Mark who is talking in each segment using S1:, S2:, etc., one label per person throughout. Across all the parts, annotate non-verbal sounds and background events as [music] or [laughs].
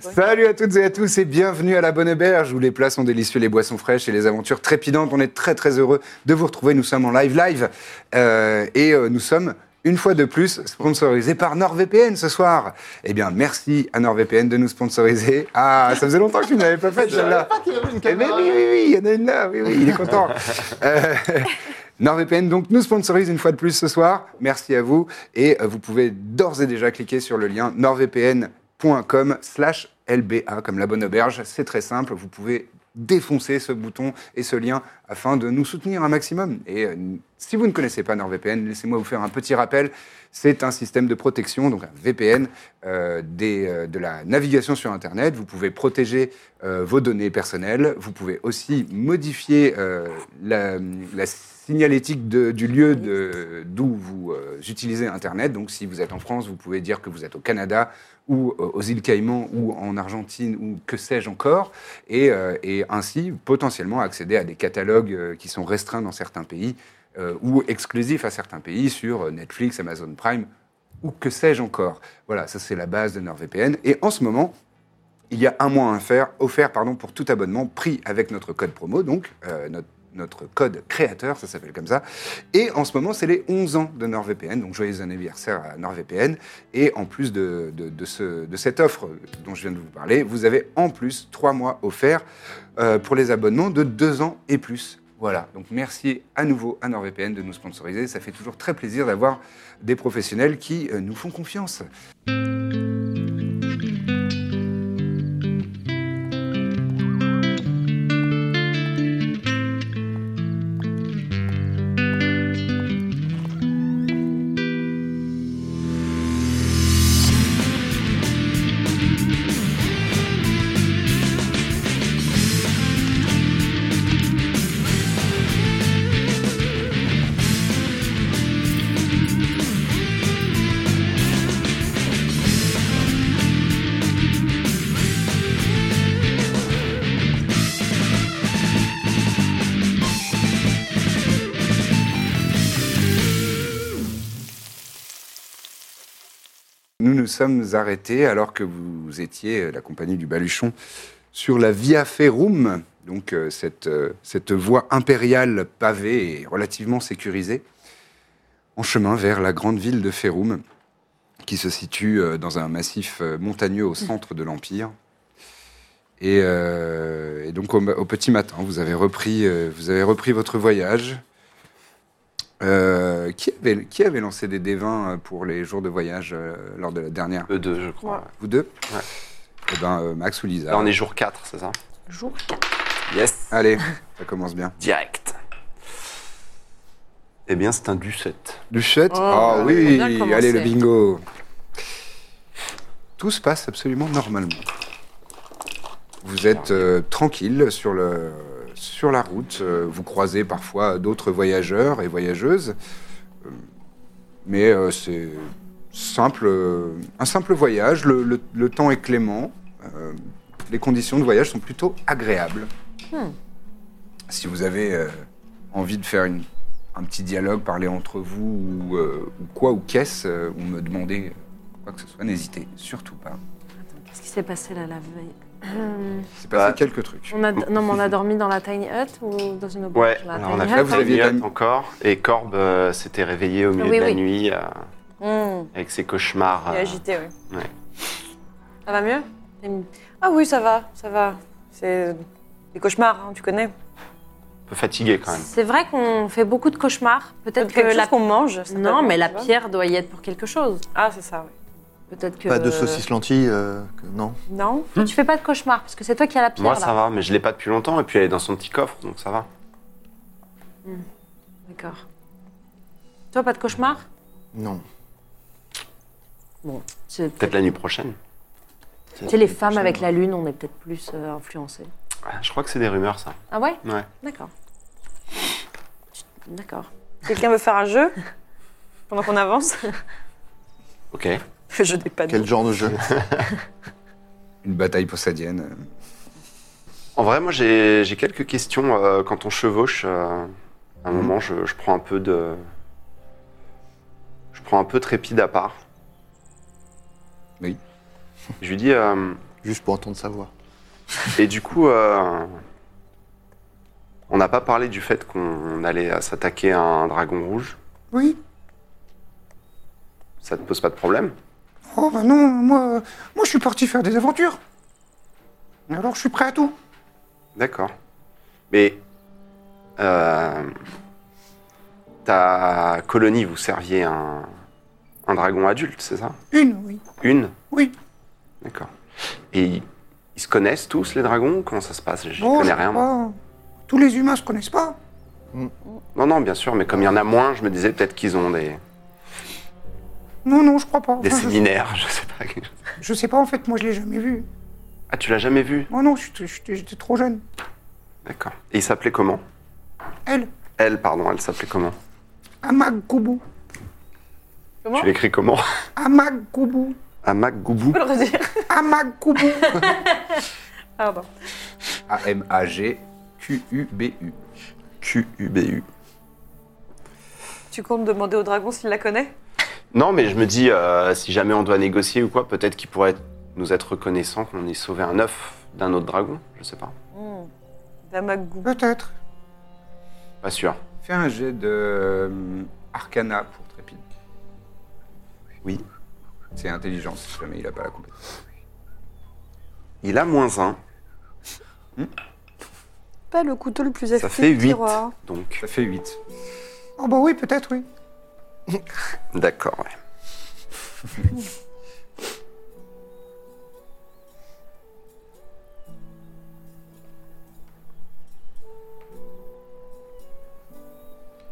S1: Salut à toutes et à tous et bienvenue à la Bonne Héberge où les plats sont délicieux, les boissons fraîches et les aventures trépidantes. On est très très heureux de vous retrouver. Nous sommes en live live euh, et euh, nous sommes une fois de plus sponsorisé par NordVPN ce soir. Eh bien, merci à NordVPN de nous sponsoriser. Ah, ça faisait longtemps que tu n'avais pas fait celle-là. Eh ben oui, oui, oui, il y en a une là, oui, oui, il est content. Euh, NordVPN donc nous sponsorise une fois de plus ce soir. Merci à vous et euh, vous pouvez d'ores et déjà cliquer sur le lien nordvpn.com slash LBA comme la bonne auberge. C'est très simple, vous pouvez défoncer ce bouton et ce lien afin de nous soutenir un maximum. Et euh, si vous ne connaissez pas NordVPN, laissez-moi vous faire un petit rappel. C'est un système de protection, donc un VPN euh, des, euh, de la navigation sur Internet. Vous pouvez protéger euh, vos données personnelles. Vous pouvez aussi modifier euh, la, la signalétique de- du lieu de- d'où vous euh, utilisez Internet. Donc si vous êtes en France, vous pouvez dire que vous êtes au Canada ou euh, aux îles Caïmans ou en Argentine ou que sais-je encore. Et, euh, et ainsi, potentiellement accéder à des catalogues euh, qui sont restreints dans certains pays euh, ou exclusifs à certains pays sur euh, Netflix, Amazon Prime ou que sais-je encore. Voilà, ça c'est la base de NordVPN. Et en ce moment, il y a un mois à faire, offert pardon, pour tout abonnement pris avec notre code promo, donc euh, notre, notre code créateur, ça s'appelle comme ça. Et en ce moment, c'est les 11 ans de NordVPN, donc joyeux anniversaire à NordVPN. Et en plus de, de- de ce- de cette offre dont je viens de vous parler, vous avez en plus 3 mois offerts euh, pour les abonnements de 2 ans et plus. Voilà, donc merci à nouveau à NordVPN de nous sponsoriser. Ça fait toujours très plaisir d'avoir des professionnels qui euh, nous font confiance. Nous nous sommes arrêtés alors que vous étiez, euh, la compagnie du Baluchon, sur la Via Ferrum, donc euh, cette, euh, cette voie impériale pavée et relativement sécurisée, en chemin vers la grande ville de Ferrum, qui se situe euh, dans un massif euh, montagneux au centre de l'Empire. Et, euh, et donc au, ma- au petit matin, vous avez repris, euh, vous avez repris votre voyage. Euh, qui, avait, qui avait lancé des dévins euh, pour les jours de voyage euh, lors de la dernière
S2: Eux E deux, je crois.
S1: vous deux
S2: Ouais.
S1: Eh ben, euh, Max ou Lisa.
S2: Là, on est jour 4, c'est ça
S3: Jour 4.
S2: Yes.
S1: Allez, ça commence bien.
S2: Direct. Eh bien, c'est un du 7.
S1: Duchette
S3: Oh,
S1: Ah
S3: bah,
S1: oui,
S3: bien commencé.
S1: allez, le bingo. Tout se passe absolument normalement. Vous êtes euh, tranquille sur, le, sur la route. euh, vous croisez parfois d'autres voyageurs et voyageuses. Euh, Mais euh, c'est simple, euh, un simple voyage. Le, le- le temps est clément. euh, les conditions de voyage sont plutôt agréables.
S3: Hmm.
S1: Si vous avez euh, envie de faire une un petit dialogue, parler entre vous ou, euh, ou quoi ou qu'est-ce, euh, ou me demander quoi que ce soit, n'hésitez surtout pas.
S3: Qu'est-ce qui s'est passé là la veille Hum,
S1: C'est passé
S2: Bah,
S1: quelques trucs.
S3: on a, Non, mais on a dormi dans la tiny hut ou dans une auberge
S2: Ouais,
S3: là,
S2: alors on a
S3: tiny
S2: fait
S1: Là,
S2: la
S3: hut,
S1: vous aviez
S2: vignotte
S1: quand même-
S2: encore. Et Corbe euh, s'était réveillé au milieu
S3: Oui,
S2: de la
S3: oui.
S2: nuit euh,
S3: hein. Hum,
S2: avec ses cauchemars.
S3: Il est
S2: euh,
S3: agité, oui.
S2: ouais.
S3: Ça va mieux Ah oui, ça va, ça va. C'est des cauchemars, hein, tu connais.
S2: un peu fatigué quand même.
S4: C'est vrai qu'on fait beaucoup de cauchemars. Peut-être que la
S3: qu'on mange. ça doit-
S4: non, mais la
S3: tu vois.
S4: pierre doit y être pour quelque chose.
S3: Ah, c'est ça, oui.
S4: Peut-être que
S5: Pas de saucisse lentille, euh, que- non
S3: Non
S4: Toi, tu fais pas de cauchemars parce que c'est toi qui as la pierre.
S2: Moi,
S4: là.
S2: ça va, mais je l'ai pas depuis longtemps. Et puis, elle est dans son petit coffre, donc ça va.
S4: D'accord. Toi, pas de cauchemars
S5: Non.
S4: Bon, c'est
S2: Peut-être la nuit prochaine.
S4: Tu sais, les femmes avec la lune, on est peut-être plus euh, influencées.
S2: Ah, Je crois que c'est des rumeurs, ça.
S4: Ah ouais
S2: Ouais.
S4: D'accord. D'accord.
S3: Quelqu'un veut faire un jeu [laughs] pendant qu'on avance [laughs]
S2: Ok.
S3: Le jeu des [laughs] panneaux.
S5: Quel genre de jeu
S6: Une bataille possadienne. euh,
S2: En vrai, moi, j'ai j'ai quelques questions. euh, quand on chevauche, euh, à un moment, je, je prends un peu de. Je prends un peu trépide à part.
S6: Oui.
S2: Je lui dis. euh,
S5: [laughs] Juste pour entendre sa voix.
S2: et du coup, euh, on n'a pas parlé du fait qu'on allait euh, s'attaquer à un dragon rouge.
S6: Oui.
S2: Ça te pose pas de problème
S6: Oh bah non, moi, moi je suis parti faire des aventures. Alors je suis prêt à tout.
S2: D'accord. Mais euh, ta colonie, vous serviez un, un dragon adulte, c'est ça
S6: Une, oui.
S2: Une
S6: Oui.
S2: D'accord. Et ils, ils se connaissent tous, les dragons Comment ça se passe Je
S7: Oh,
S2: connais rien. moi.
S6: Tous les humains se connaissent pas.
S2: Non, non, bien sûr, mais comme il y en a moins, je me disais peut-être qu'ils ont des,
S6: Non, non, je crois pas.
S2: des séminaires, je sais pas. quelque chose.
S6: je sais pas en fait, moi je l'ai jamais vu.
S2: Ah, tu l'as jamais vu
S6: Oh non, j'étais trop jeune.
S2: D'accord. Et il s'appelait comment
S6: Elle,
S2: Elle, pardon, elle s'appelait comment
S6: Amag Goubou.
S3: Comment
S2: Tu l'écris comment [laughs]
S6: Amag Goubou.
S2: Amak Goubou
S3: On peut le redire.
S6: Amag
S2: [laughs]
S6: Goubou.
S3: Pardon.
S6: A-M-A-G-Q-U-B-U.
S2: Q-U-B-U.
S3: Tu comptes demander au dragon s'il la connaît
S2: Non, mais je me dis, euh, si jamais on doit négocier ou quoi, peut-être qu'il pourrait nous être reconnaissant qu'on ait sauvé un œuf d'un autre dragon, je sais pas.
S3: Damagou.
S6: Peut-être.
S2: Pas sûr.
S6: Fais un jet de euh, Arcana pour Trépide.
S2: Oui.
S6: C'est intelligence, si jamais il a pas la compétence.
S2: Il a moins un,
S3: Pas le couteau le plus
S2: ça
S3: affûté
S2: fait
S3: du
S2: 8.
S3: tiroir.
S2: Donc,
S6: Ça fait 8. Oh bah oui, peut-être, oui.
S2: d'accord, ouais.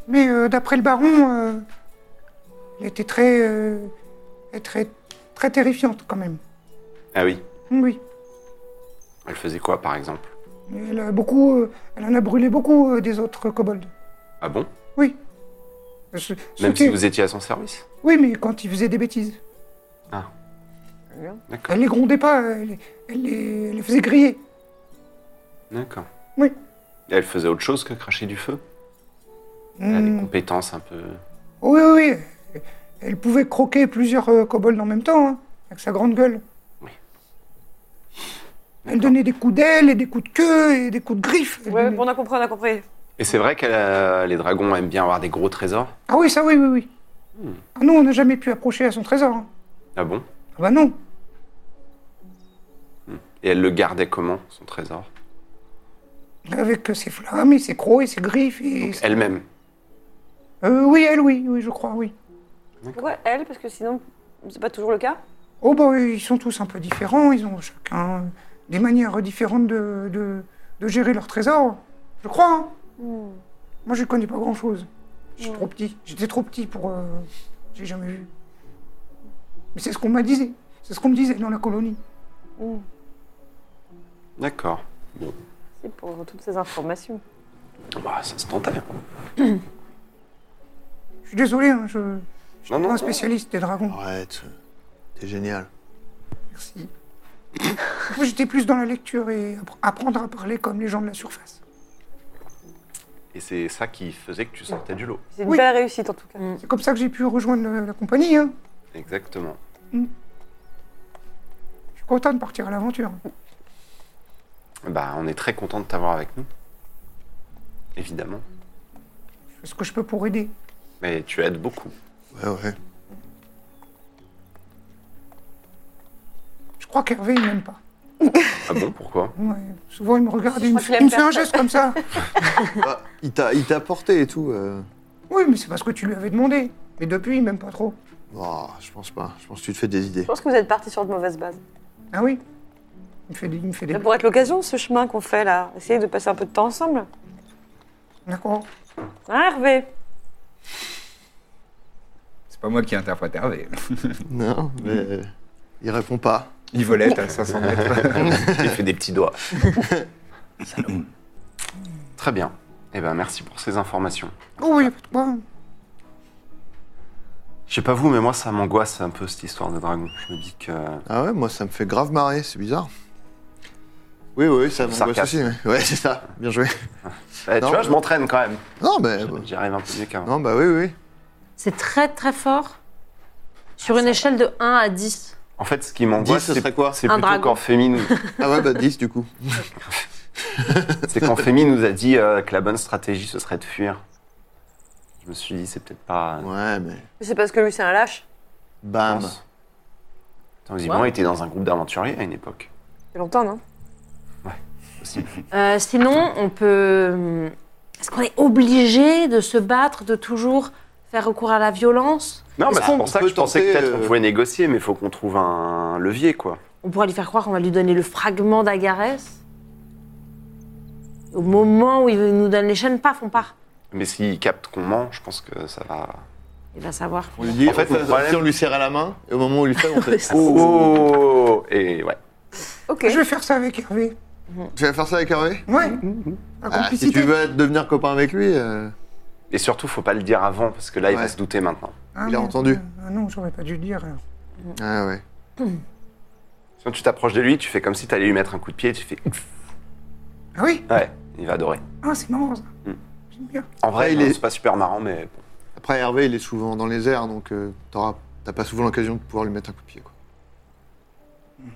S7: Mais euh, d'après le baron, euh, elle était très, euh, elle très, très terrifiante quand même.
S2: Ah oui.
S7: Oui,
S2: Elle faisait quoi, par exemple
S7: elle a beaucoup, euh, elle en a brûlé beaucoup euh, des autres kobolds.
S2: Ah bon
S7: Oui. Ce- ce
S2: Même
S7: qui-
S2: si vous étiez à son service
S7: Oui, mais quand ils faisaient des bêtises,
S2: D'accord.
S7: elle les grondait pas, elle, elle les, elle les faisait griller.
S2: D'accord.
S7: Oui.
S2: Et elle faisait autre chose que cracher du feu Elle a des
S7: Hmm.
S2: compétences un peu...
S7: Oui, oui, oui. Elle pouvait croquer plusieurs euh, kobolds en même temps, hein, avec sa grande gueule.
S2: Oui.
S7: Elle donnait des coups d'aile et des coups de queue et des coups de griffes. Elle
S3: Ouais,
S7: donnait-
S3: bon, on a compris, on a compris.
S2: Et c'est vrai que euh, les dragons aiment bien avoir des gros trésors
S7: Ah oui, ça oui, oui, oui.
S3: Mmh.
S7: Ah non, on n'a jamais pu approcher à son trésor. hein.
S2: Ah bon
S7: Ah bah non.
S2: Et elle le gardait comment, son trésor
S7: Avec euh, ses flammes et ses crocs et ses griffes et...
S2: Elle-même.
S7: Euh, oui, elle, oui, oui, je crois, oui.
S3: Pourquoi elle Parce que sinon, c'est pas toujours le cas.
S7: Oh bah oui, ils sont tous un peu différents, ils ont chacun des manières différentes de, de, de gérer leur trésor. Je crois. hein. Moi, je connais pas grand-chose. Je suis trop petit. J'étais trop petit pour... euh, J'ai jamais vu. Mais c'est ce qu'on m'a dit. C'est ce qu'on me disait dans la colonie.
S2: D'accord. Bon,
S3: C'est pour toutes ces informations.
S2: bah, ça se tentait.
S7: Je suis désolé, hein, je
S2: Non,
S7: suis
S2: non,
S7: pas un
S2: non.
S7: spécialiste des dragons.
S5: Arrête. euh, T'es génial.
S7: Merci. Moi, J'étais plus dans la lecture et appr- apprendre à parler comme les gens de la surface.
S2: Et c'est ça qui faisait que tu sortais du lot.
S3: C'est une
S7: Oui.
S3: belle réussite en tout cas.
S4: Mm.
S7: C'est comme ça que j'ai pu rejoindre euh, la compagnie. hein.
S2: Exactement.
S7: Je suis content de partir à l'aventure.
S2: Bah, on est très content de t'avoir avec nous. Évidemment.
S7: Je fais ce que je peux pour aider.
S2: Mais tu aides beaucoup.
S5: Ouais, [laughs] ouais.
S7: Je crois qu'Hervé, il m'aime pas.
S2: Ah bon, pourquoi
S7: Ouais, Souvent, il me regarde et il me,
S3: qu'il
S7: il me
S3: aime
S7: fait un geste comme
S4: [laughs]
S7: ça.
S5: Bah, il t'a il t'a porté et tout. euh.
S7: Oui, mais c'est parce que tu lui avais demandé. Mais depuis, il m'aime pas trop.
S5: Oh, je pense pas. Je pense que tu te fais des idées.
S3: Je pense que vous êtes parti sur de mauvaises bases.
S7: Ah oui Il me fait des... Il me fait des...
S3: Ça pourrait être l'occasion, ce chemin qu'on fait là. Essayer de passer un peu de temps ensemble.
S7: D'accord.
S3: Hein, Hervé
S6: C'est Pas moi qui interprète Hervé.
S5: [laughs]
S6: [laughs]
S5: Non, mais euh, il répond pas.
S6: Il volait à 500 [laughs] mètres.
S2: Il fait des petits doigts. Salaud. Très bien. Eh ben, merci pour ces informations.
S7: Oh oui, bon.
S2: Je sais pas vous, mais moi, ça m'angoisse un peu cette histoire de dragon. Je me dis que.
S5: Ah ouais, moi ça me fait grave marrer, c'est bizarre. Oui, oui, ça m'angoisse aussi.
S2: Sarcasme.
S5: Ouais, Ouais, c'est ça, bien joué.
S2: Eh, tu
S5: Non,
S2: vois,
S5: mais-
S2: je m'entraîne quand même.
S5: Non, mais.
S2: J'y arrive un peu mieux qu'avant.
S5: Non, bah oui, oui.
S4: C'est très très fort. Sur une échelle de 1 à 10.
S2: En fait, ce qui m'angoisse,
S5: Dix, ce
S2: c'est
S5: serait quoi
S2: c'est
S4: Un
S2: plutôt
S4: dragon.
S2: quand
S5: [laughs]
S2: Femi nous,
S5: Ah ouais, bah 10 du coup.
S2: c'est quand Femi nous a dit euh, que la bonne stratégie ce serait de fuir. Je me suis dit, c'est peut-être pas.
S5: Ouais, Ah, bah. mais.
S3: C'est parce que lui, c'est un lâche.
S5: Bam.
S2: Attends, visiblement, il était dans un groupe d'aventuriers à
S5: [laughs]
S2: une époque.
S3: C'est longtemps, non
S2: Aussi.
S4: Euh, sinon, on peut. euh, Est-ce qu'on est obligé de se battre, de toujours faire recours à la violence
S2: Non,
S4: Est-ce
S2: mais c'est
S4: qu'on
S2: pour ça que
S5: peut
S2: je pensais que
S5: tenter,
S2: peut-être on
S5: euh,
S2: pouvait négocier, mais il faut qu'on trouve un levier, quoi.
S4: On pourra lui faire croire qu'on va lui donner le fragment d'Agarès. Au moment où il nous donne les chaînes, paf, on part.
S2: Mais s'il capte qu'on ment, je pense que ça va.
S4: Il va savoir.
S5: On lui dit,
S2: En fait,
S5: on fait
S2: le
S5: ça,
S2: problème-
S5: si on lui serrait la main, et au moment où on lui [laughs] fait, on fait.
S2: Oh Et ouais.
S3: Ok.
S7: Je vais faire ça avec Hervé.
S5: Tu vas faire ça avec Hervé
S7: Ouais. La
S5: Ah, Si
S7: complicité.
S5: tu veux être- devenir copain avec lui, euh,
S2: Et surtout, faut pas le dire avant, parce que là, il va
S5: Ouais.
S2: se douter maintenant.
S7: Ah,
S5: il a
S7: merde.
S5: entendu.
S7: Ah non, j'aurais pas dû le dire.
S5: Ah ouais.
S2: Quand tu t'approches de lui, tu fais comme si t'allais lui mettre un coup de pied, tu fais. ouf.
S7: Ah oui
S2: Ouais, il va adorer.
S7: Ah, c'est marrant ça.
S2: Mm.
S7: J'aime bien.
S2: En vrai,
S5: Ouais, il
S2: non,
S5: est-
S2: c'est pas super marrant, mais bon.
S5: Après, Hervé, il est souvent dans les airs, donc euh, t'auras- t'as pas souvent l'occasion de pouvoir lui mettre un coup de pied. Quoi.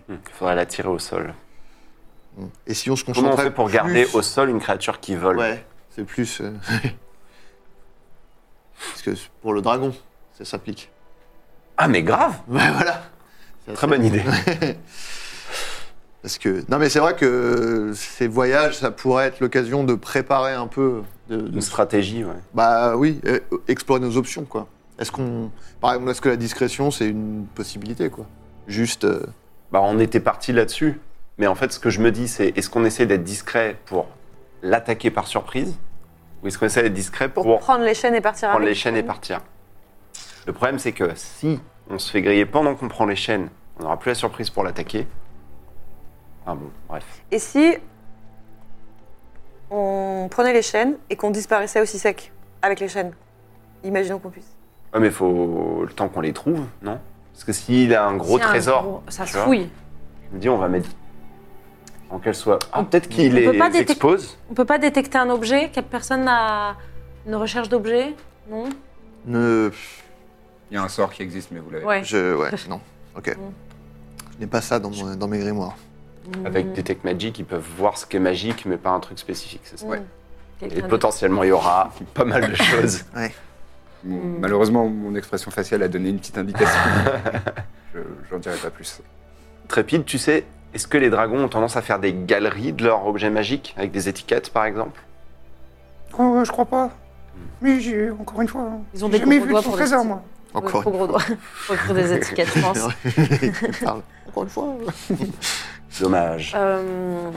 S2: Hmm, il faudrait l'attirer au sol.
S5: Et si on se concentrait
S2: Comment on fait pour
S5: plus-
S2: garder au sol une créature qui vole
S5: Ouais, c'est plus. euh, [laughs] Parce que c'est pour le dragon, ça s'applique. [laughs]
S2: Ah, mais grave
S5: Ouais, voilà. C'est assez-
S2: Très bonne idée.
S5: [laughs] Parce que non, mais c'est vrai que ces voyages, ça pourrait être l'occasion de préparer un peu. De, de-
S2: Une stratégie, ouais.
S5: Bah oui, euh, explorer nos options, quoi. Est-ce qu'on, par exemple, est-ce que la discrétion, c'est une possibilité, quoi Juste. euh,
S2: Bah, on était parti là-dessus. Mais en fait, ce que je me dis, c'est est-ce qu'on essaie d'être discret pour l'attaquer par surprise Ou est-ce qu'on essaie d'être discret pour,
S3: Pour prendre les chaînes et partir
S2: prendre
S3: avec.
S2: les chaînes et partir Le problème, c'est que si on se fait griller pendant qu'on prend les chaînes, on n'aura plus la surprise pour l'attaquer. Ah bon, bref.
S3: Et si on prenait les chaînes et qu'on disparaissait aussi sec avec les chaînes Imaginons qu'on puisse.
S2: Ouais, mais faut le temps qu'on les trouve, non Parce que s'il a un gros
S4: C'est un
S2: trésor,
S4: gros- Ça
S2: tu
S4: se
S2: vois.
S4: fouille.
S2: je me dis, on va mettre. En qu'elle soit. Ah, peut-être qu'il
S4: on peut pas
S2: les
S4: détec-
S2: expose.
S4: On peut pas détecter un objet Quelle personne a une recherche d'objet Non
S5: ne...
S6: Il y a un sort qui existe, mais vous l'avez.
S4: Ouais.
S5: Je...
S4: [laughs]
S5: Ouais, non. Ok. Je n'ai pas ça dans, mon- dans mes grimoires.
S4: Mmh.
S2: Avec Detect Magic, ils peuvent voir ce qui est magique, mais pas un truc spécifique, c'est ça
S6: Ouais.
S2: Et
S4: Quelqu'un de-
S2: potentiellement, il y aura [laughs] pas
S4: [laughs]
S2: mal de choses.
S6: Bon,
S3: Hmm.
S6: Malheureusement, mon expression faciale a donné une petite indication. Je- J'en dirai pas plus.
S2: Trépide, tu sais, est-ce que les dragons ont tendance à faire des galeries de leurs objets magiques, avec des étiquettes par exemple
S7: Oh, je crois pas.
S5: Mm.
S7: Mais j'ai, encore une fois,
S4: Ils ont
S7: j'ai
S4: des
S7: jamais
S4: gros
S7: vu
S4: doigts
S7: son
S4: pour les
S7: trésor,
S4: petits.
S7: moi.
S5: Encore
S4: Trop
S5: une
S4: gros doigts. Faut écrire des étiquettes, je pense.
S5: fois. [laughs] Il parle. Encore une fois.
S2: Dommage.
S4: Euh,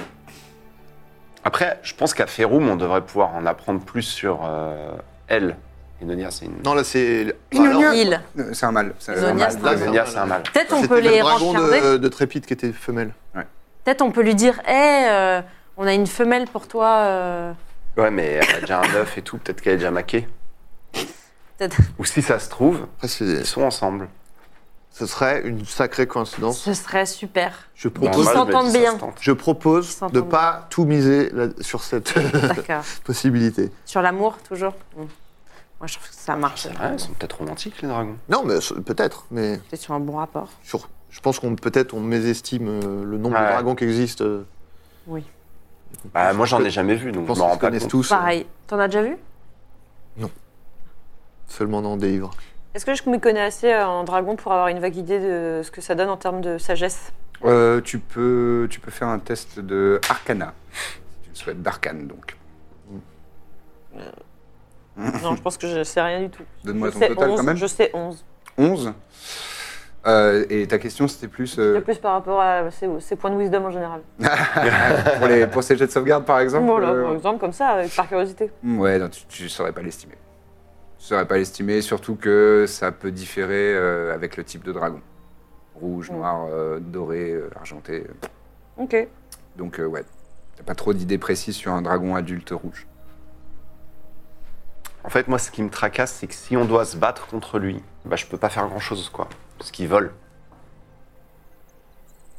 S2: Après, je pense qu'à Ferrum, on devrait pouvoir en apprendre plus sur euh, elle. Et Nonia, c'est une.
S5: Non, là c'est.
S7: Inonia.
S4: il.
S6: Euh, C'est un mal. C'est
S4: Ils ont
S6: un
S4: mis un
S6: mal.
S4: string.
S5: Là,
S6: Ouais.
S2: Nonia, c'est un mal.
S4: Peut-être on
S5: C'était
S4: peut
S5: le
S4: les
S5: dragon
S4: rencarder.
S5: de, de Trépide qui était femelle.
S4: Peut-être on peut lui dire, hé, on a une femelle pour toi. euh,
S2: Ouais, mais elle a déjà un œuf et tout, peut-être qu'elle est déjà maquée.
S4: Peut-être. [laughs]
S2: Ou si ça se trouve,
S5: Après, c'est-
S2: ils sont ensemble.
S5: ce serait une sacrée coïncidence.
S4: Ce serait super.
S5: Je
S4: Et
S2: Normal, bah,
S4: qu'ils
S5: propose,
S2: mais
S4: s'entendent
S2: ça se
S4: bien.
S2: tente.
S5: je
S4: Ils
S5: propose
S4: s'entendent
S5: de pas tout miser là- sur cette [laughs]
S4: D'accord.
S5: possibilité.
S4: Sur l'amour, toujours. Mm. Moi, je trouve que ça marche.
S2: C'est vrai, ils sont peut-être romantiques les dragons.
S5: Non, mais ce- peut-être, mais
S4: Peut-être sur un bon rapport.
S5: sur- je pense qu'on peut-être on mésestime euh, le nombre
S2: Ouais.
S5: de dragons qui existent. euh,
S4: Oui.
S2: Bah, moi, j'en
S5: que-
S2: ai jamais vu, donc
S5: Je
S2: je
S5: pense
S2: m'en
S5: qu'ils
S2: rends
S5: se
S2: pas
S5: connaissent
S2: compte.
S5: tous euh,
S4: Pareil. T'en as déjà vu
S5: euh, seulement dans des livres.
S3: Est-ce que je me connais assez euh, en dragon pour avoir une vague idée de ce que ça donne en termes de sagesse
S6: Euh, tu, peux, tu peux faire un test de Arcana. Si tu le souhaites, d'Arcane donc.
S3: Non, je pense que je sais rien du tout.
S6: Donne-moi
S3: Je
S6: ton
S3: sais
S6: total
S3: 11,
S6: quand même.
S3: Je sais 11.
S6: 11. Euh, et ta question, c'était plus euh,
S3: De plus par rapport à ses, ses points de wisdom en général.
S6: [laughs] pour, les, pour ces jets de sauvegarde par exemple
S3: Voilà,
S6: euh, Hmm,
S3: par exemple, comme ça, euh, par curiosité.
S6: Ouais, non, tu, tu saurais pas l'estimer. Je ne saurais pas l'estimer, surtout que ça peut différer euh, avec le type de dragon. Rouge,
S3: Mm.
S6: noir, euh, doré, euh, argenté.
S3: Ok.
S6: Donc, euh, ouais, t'as pas trop d'idées précises sur un dragon adulte rouge.
S2: En fait, moi, ce qui me tracasse, c'est que si on doit se battre contre lui, bah, je peux pas faire grand-chose, quoi. Parce qu'il vole.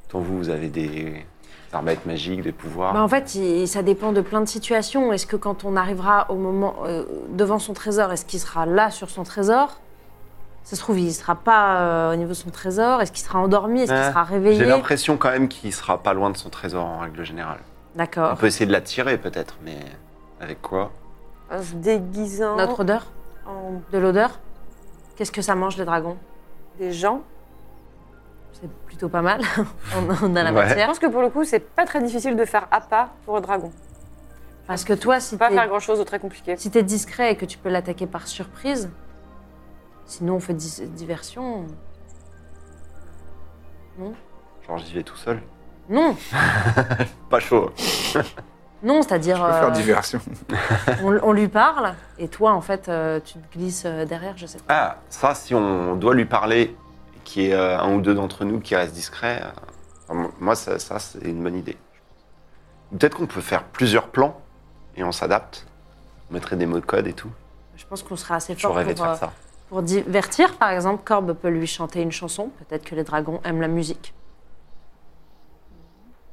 S2: Tant vous, vous avez des armettes magiques, des
S6: Ah.
S2: pouvoirs.
S4: Bah, en fait, il- ça dépend de plein de situations. Est-ce que quand on arrivera au moment euh, devant son trésor, est-ce qu'il sera là sur son trésor Ça se trouve, il sera pas euh, au niveau de son trésor. Est-ce qu'il sera endormi Est-ce qu'il
S2: Ouais.
S4: sera
S2: J'ai
S4: réveillé
S2: l'impression quand même qu'il sera pas loin de son trésor en règle générale. On
S4: D'accord.
S2: peut essayer de l'attirer peut-être, mais avec quoi
S3: En se déguisant
S4: Notre odeur
S3: en
S4: De l'odeur Qu'est-ce que ça mange les dragons
S3: des gens.
S4: C'est plutôt pas mal. [laughs] on, on a la
S2: Ouais.
S3: Je
S4: matière.
S3: pense que pour le coup, c'est pas très difficile de faire à pas pour le dragon.
S4: Parce que toi, si
S3: Faut pas
S4: t'es
S3: faire grand chose de très compliqué.
S4: si t'es discret et que tu peux l'attaquer par surprise, sinon on fait dis- diversion.
S2: Genre j'y vais tout seul
S4: Non,
S2: Pas chaud.
S4: non, c'est-à-dire
S6: Je peux faire
S4: euh,
S6: diversion.
S4: on, on lui parle et toi en fait euh, tu te glisses euh, derrière, je sais pas.
S2: Ah, ça, si on doit lui parler, qu'il y ait euh, un ou deux d'entre nous qui restent discrets, euh, enfin, mo- moi, ça, ça, c'est une bonne idée. je pense. Peut-être qu'on peut faire plusieurs plans et on s'adapte. On mettrait des mots de code et tout.
S4: Je pense qu'on sera assez
S2: Je
S4: fort
S2: rêvais de
S4: pour, euh,
S2: faire ça.
S4: pour divertir. Par exemple, Corbe peut lui chanter une chanson. Peut-être que les dragons aiment la musique.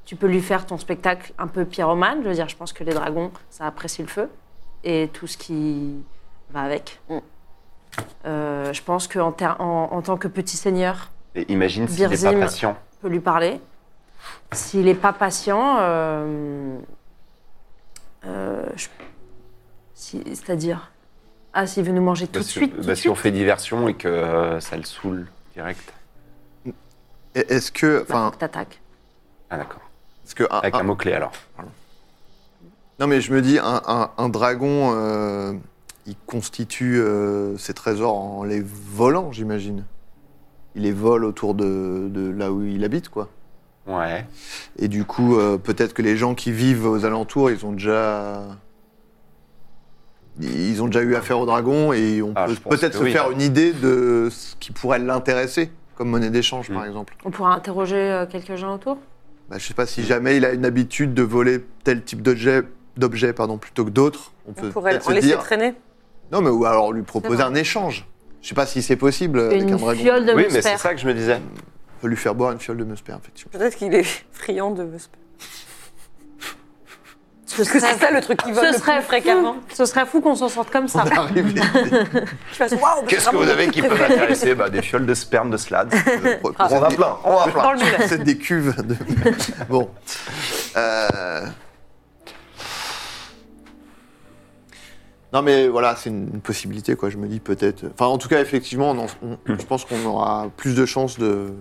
S4: Tu peux lui faire ton spectacle un peu pyromane. Je veux dire, je pense que les dragons, ça apprécie le feu et tout ce qui va avec. Euh, je pense qu'en en, en tant que petit seigneur,
S2: Et imagine s'il n'est pas
S4: Birzim.
S2: patient.
S4: peut lui parler. S'il n'est pas patient, euh, euh, je- si- c'est-à-dire, ah, s'il veut nous manger tout
S2: Bah,
S4: de
S2: si-
S4: suite,
S2: bah,
S4: tout de
S2: si on
S4: suite.
S2: fait diversion et que euh, ça le saoule direct.
S5: Et Est-ce que,
S4: Bah, faut
S5: enfin,
S4: que t'attaques.
S2: Ah, d'accord.
S5: est-ce que un-
S4: Ah,
S2: Avec
S5: un-
S2: un mot-clé alors.
S5: non mais je me dis un, un- un dragon, euh, il constitue euh, ses trésors en les volant, j'imagine. Il les vole autour de, de là où il habite, quoi.
S2: Ouais.
S5: Et du coup, euh, peut-être que les gens qui vivent aux alentours, ils ont déjà. Ils ont déjà eu affaire au dragon et on
S2: Ah,
S5: peut
S2: je pense
S5: peut-être
S2: que
S5: se
S2: oui.
S5: faire une idée de ce qui pourrait l'intéresser comme monnaie d'échange,
S2: Mm.
S5: par exemple.
S4: On pourra interroger euh, quelques gens autour.
S5: Bah, je sais pas si jamais il a une habitude de voler tel type d'objet, d'objet pardon, plutôt que d'autres. On peut
S3: On pourrait
S5: peut-être
S3: en
S5: se
S3: laisser
S5: dire.
S3: traîner.
S2: euh,
S5: Non, mais ou alors lui
S4: C'est
S5: proposer
S4: vrai.
S5: un échange. Je sais pas si c'est possible avec un
S4: Une
S5: dragon.
S4: fiole de
S2: Oui, mais
S4: Musper.
S2: c'est ça que je me disais.
S5: On peut lui faire boire une fiole de musper, effectivement.
S3: Peut-être qu'il est [laughs] friand de.
S4: Ce
S3: Parce que
S4: serait-
S3: c'est ça le truc qui vole
S4: ce
S3: le
S4: serait
S3: plus fréquemment.
S4: fréquemment. Ce serait fou qu'on s'en sorte
S2: [laughs]
S4: comme
S5: [laughs]
S4: ça.
S5: Arrivé,
S3: Je fasse, waouh, mais
S2: Qu'est-ce que
S4: Ah,
S3: vraiment-
S2: vous avez qui peut m'intéresser bah, Des fioles de sperme de
S4: [laughs]
S2: Slade.
S4: Ah.
S2: on en a plein, on en a plein.
S3: Dans le mille.
S5: [laughs] C'est des cuves. De... Bon. Euh, Non, mais voilà, c'est une une possibilité, quoi. Je me dis peut-être. Enfin, en tout cas, effectivement, on en- on- je pense qu'on aura plus de chances de-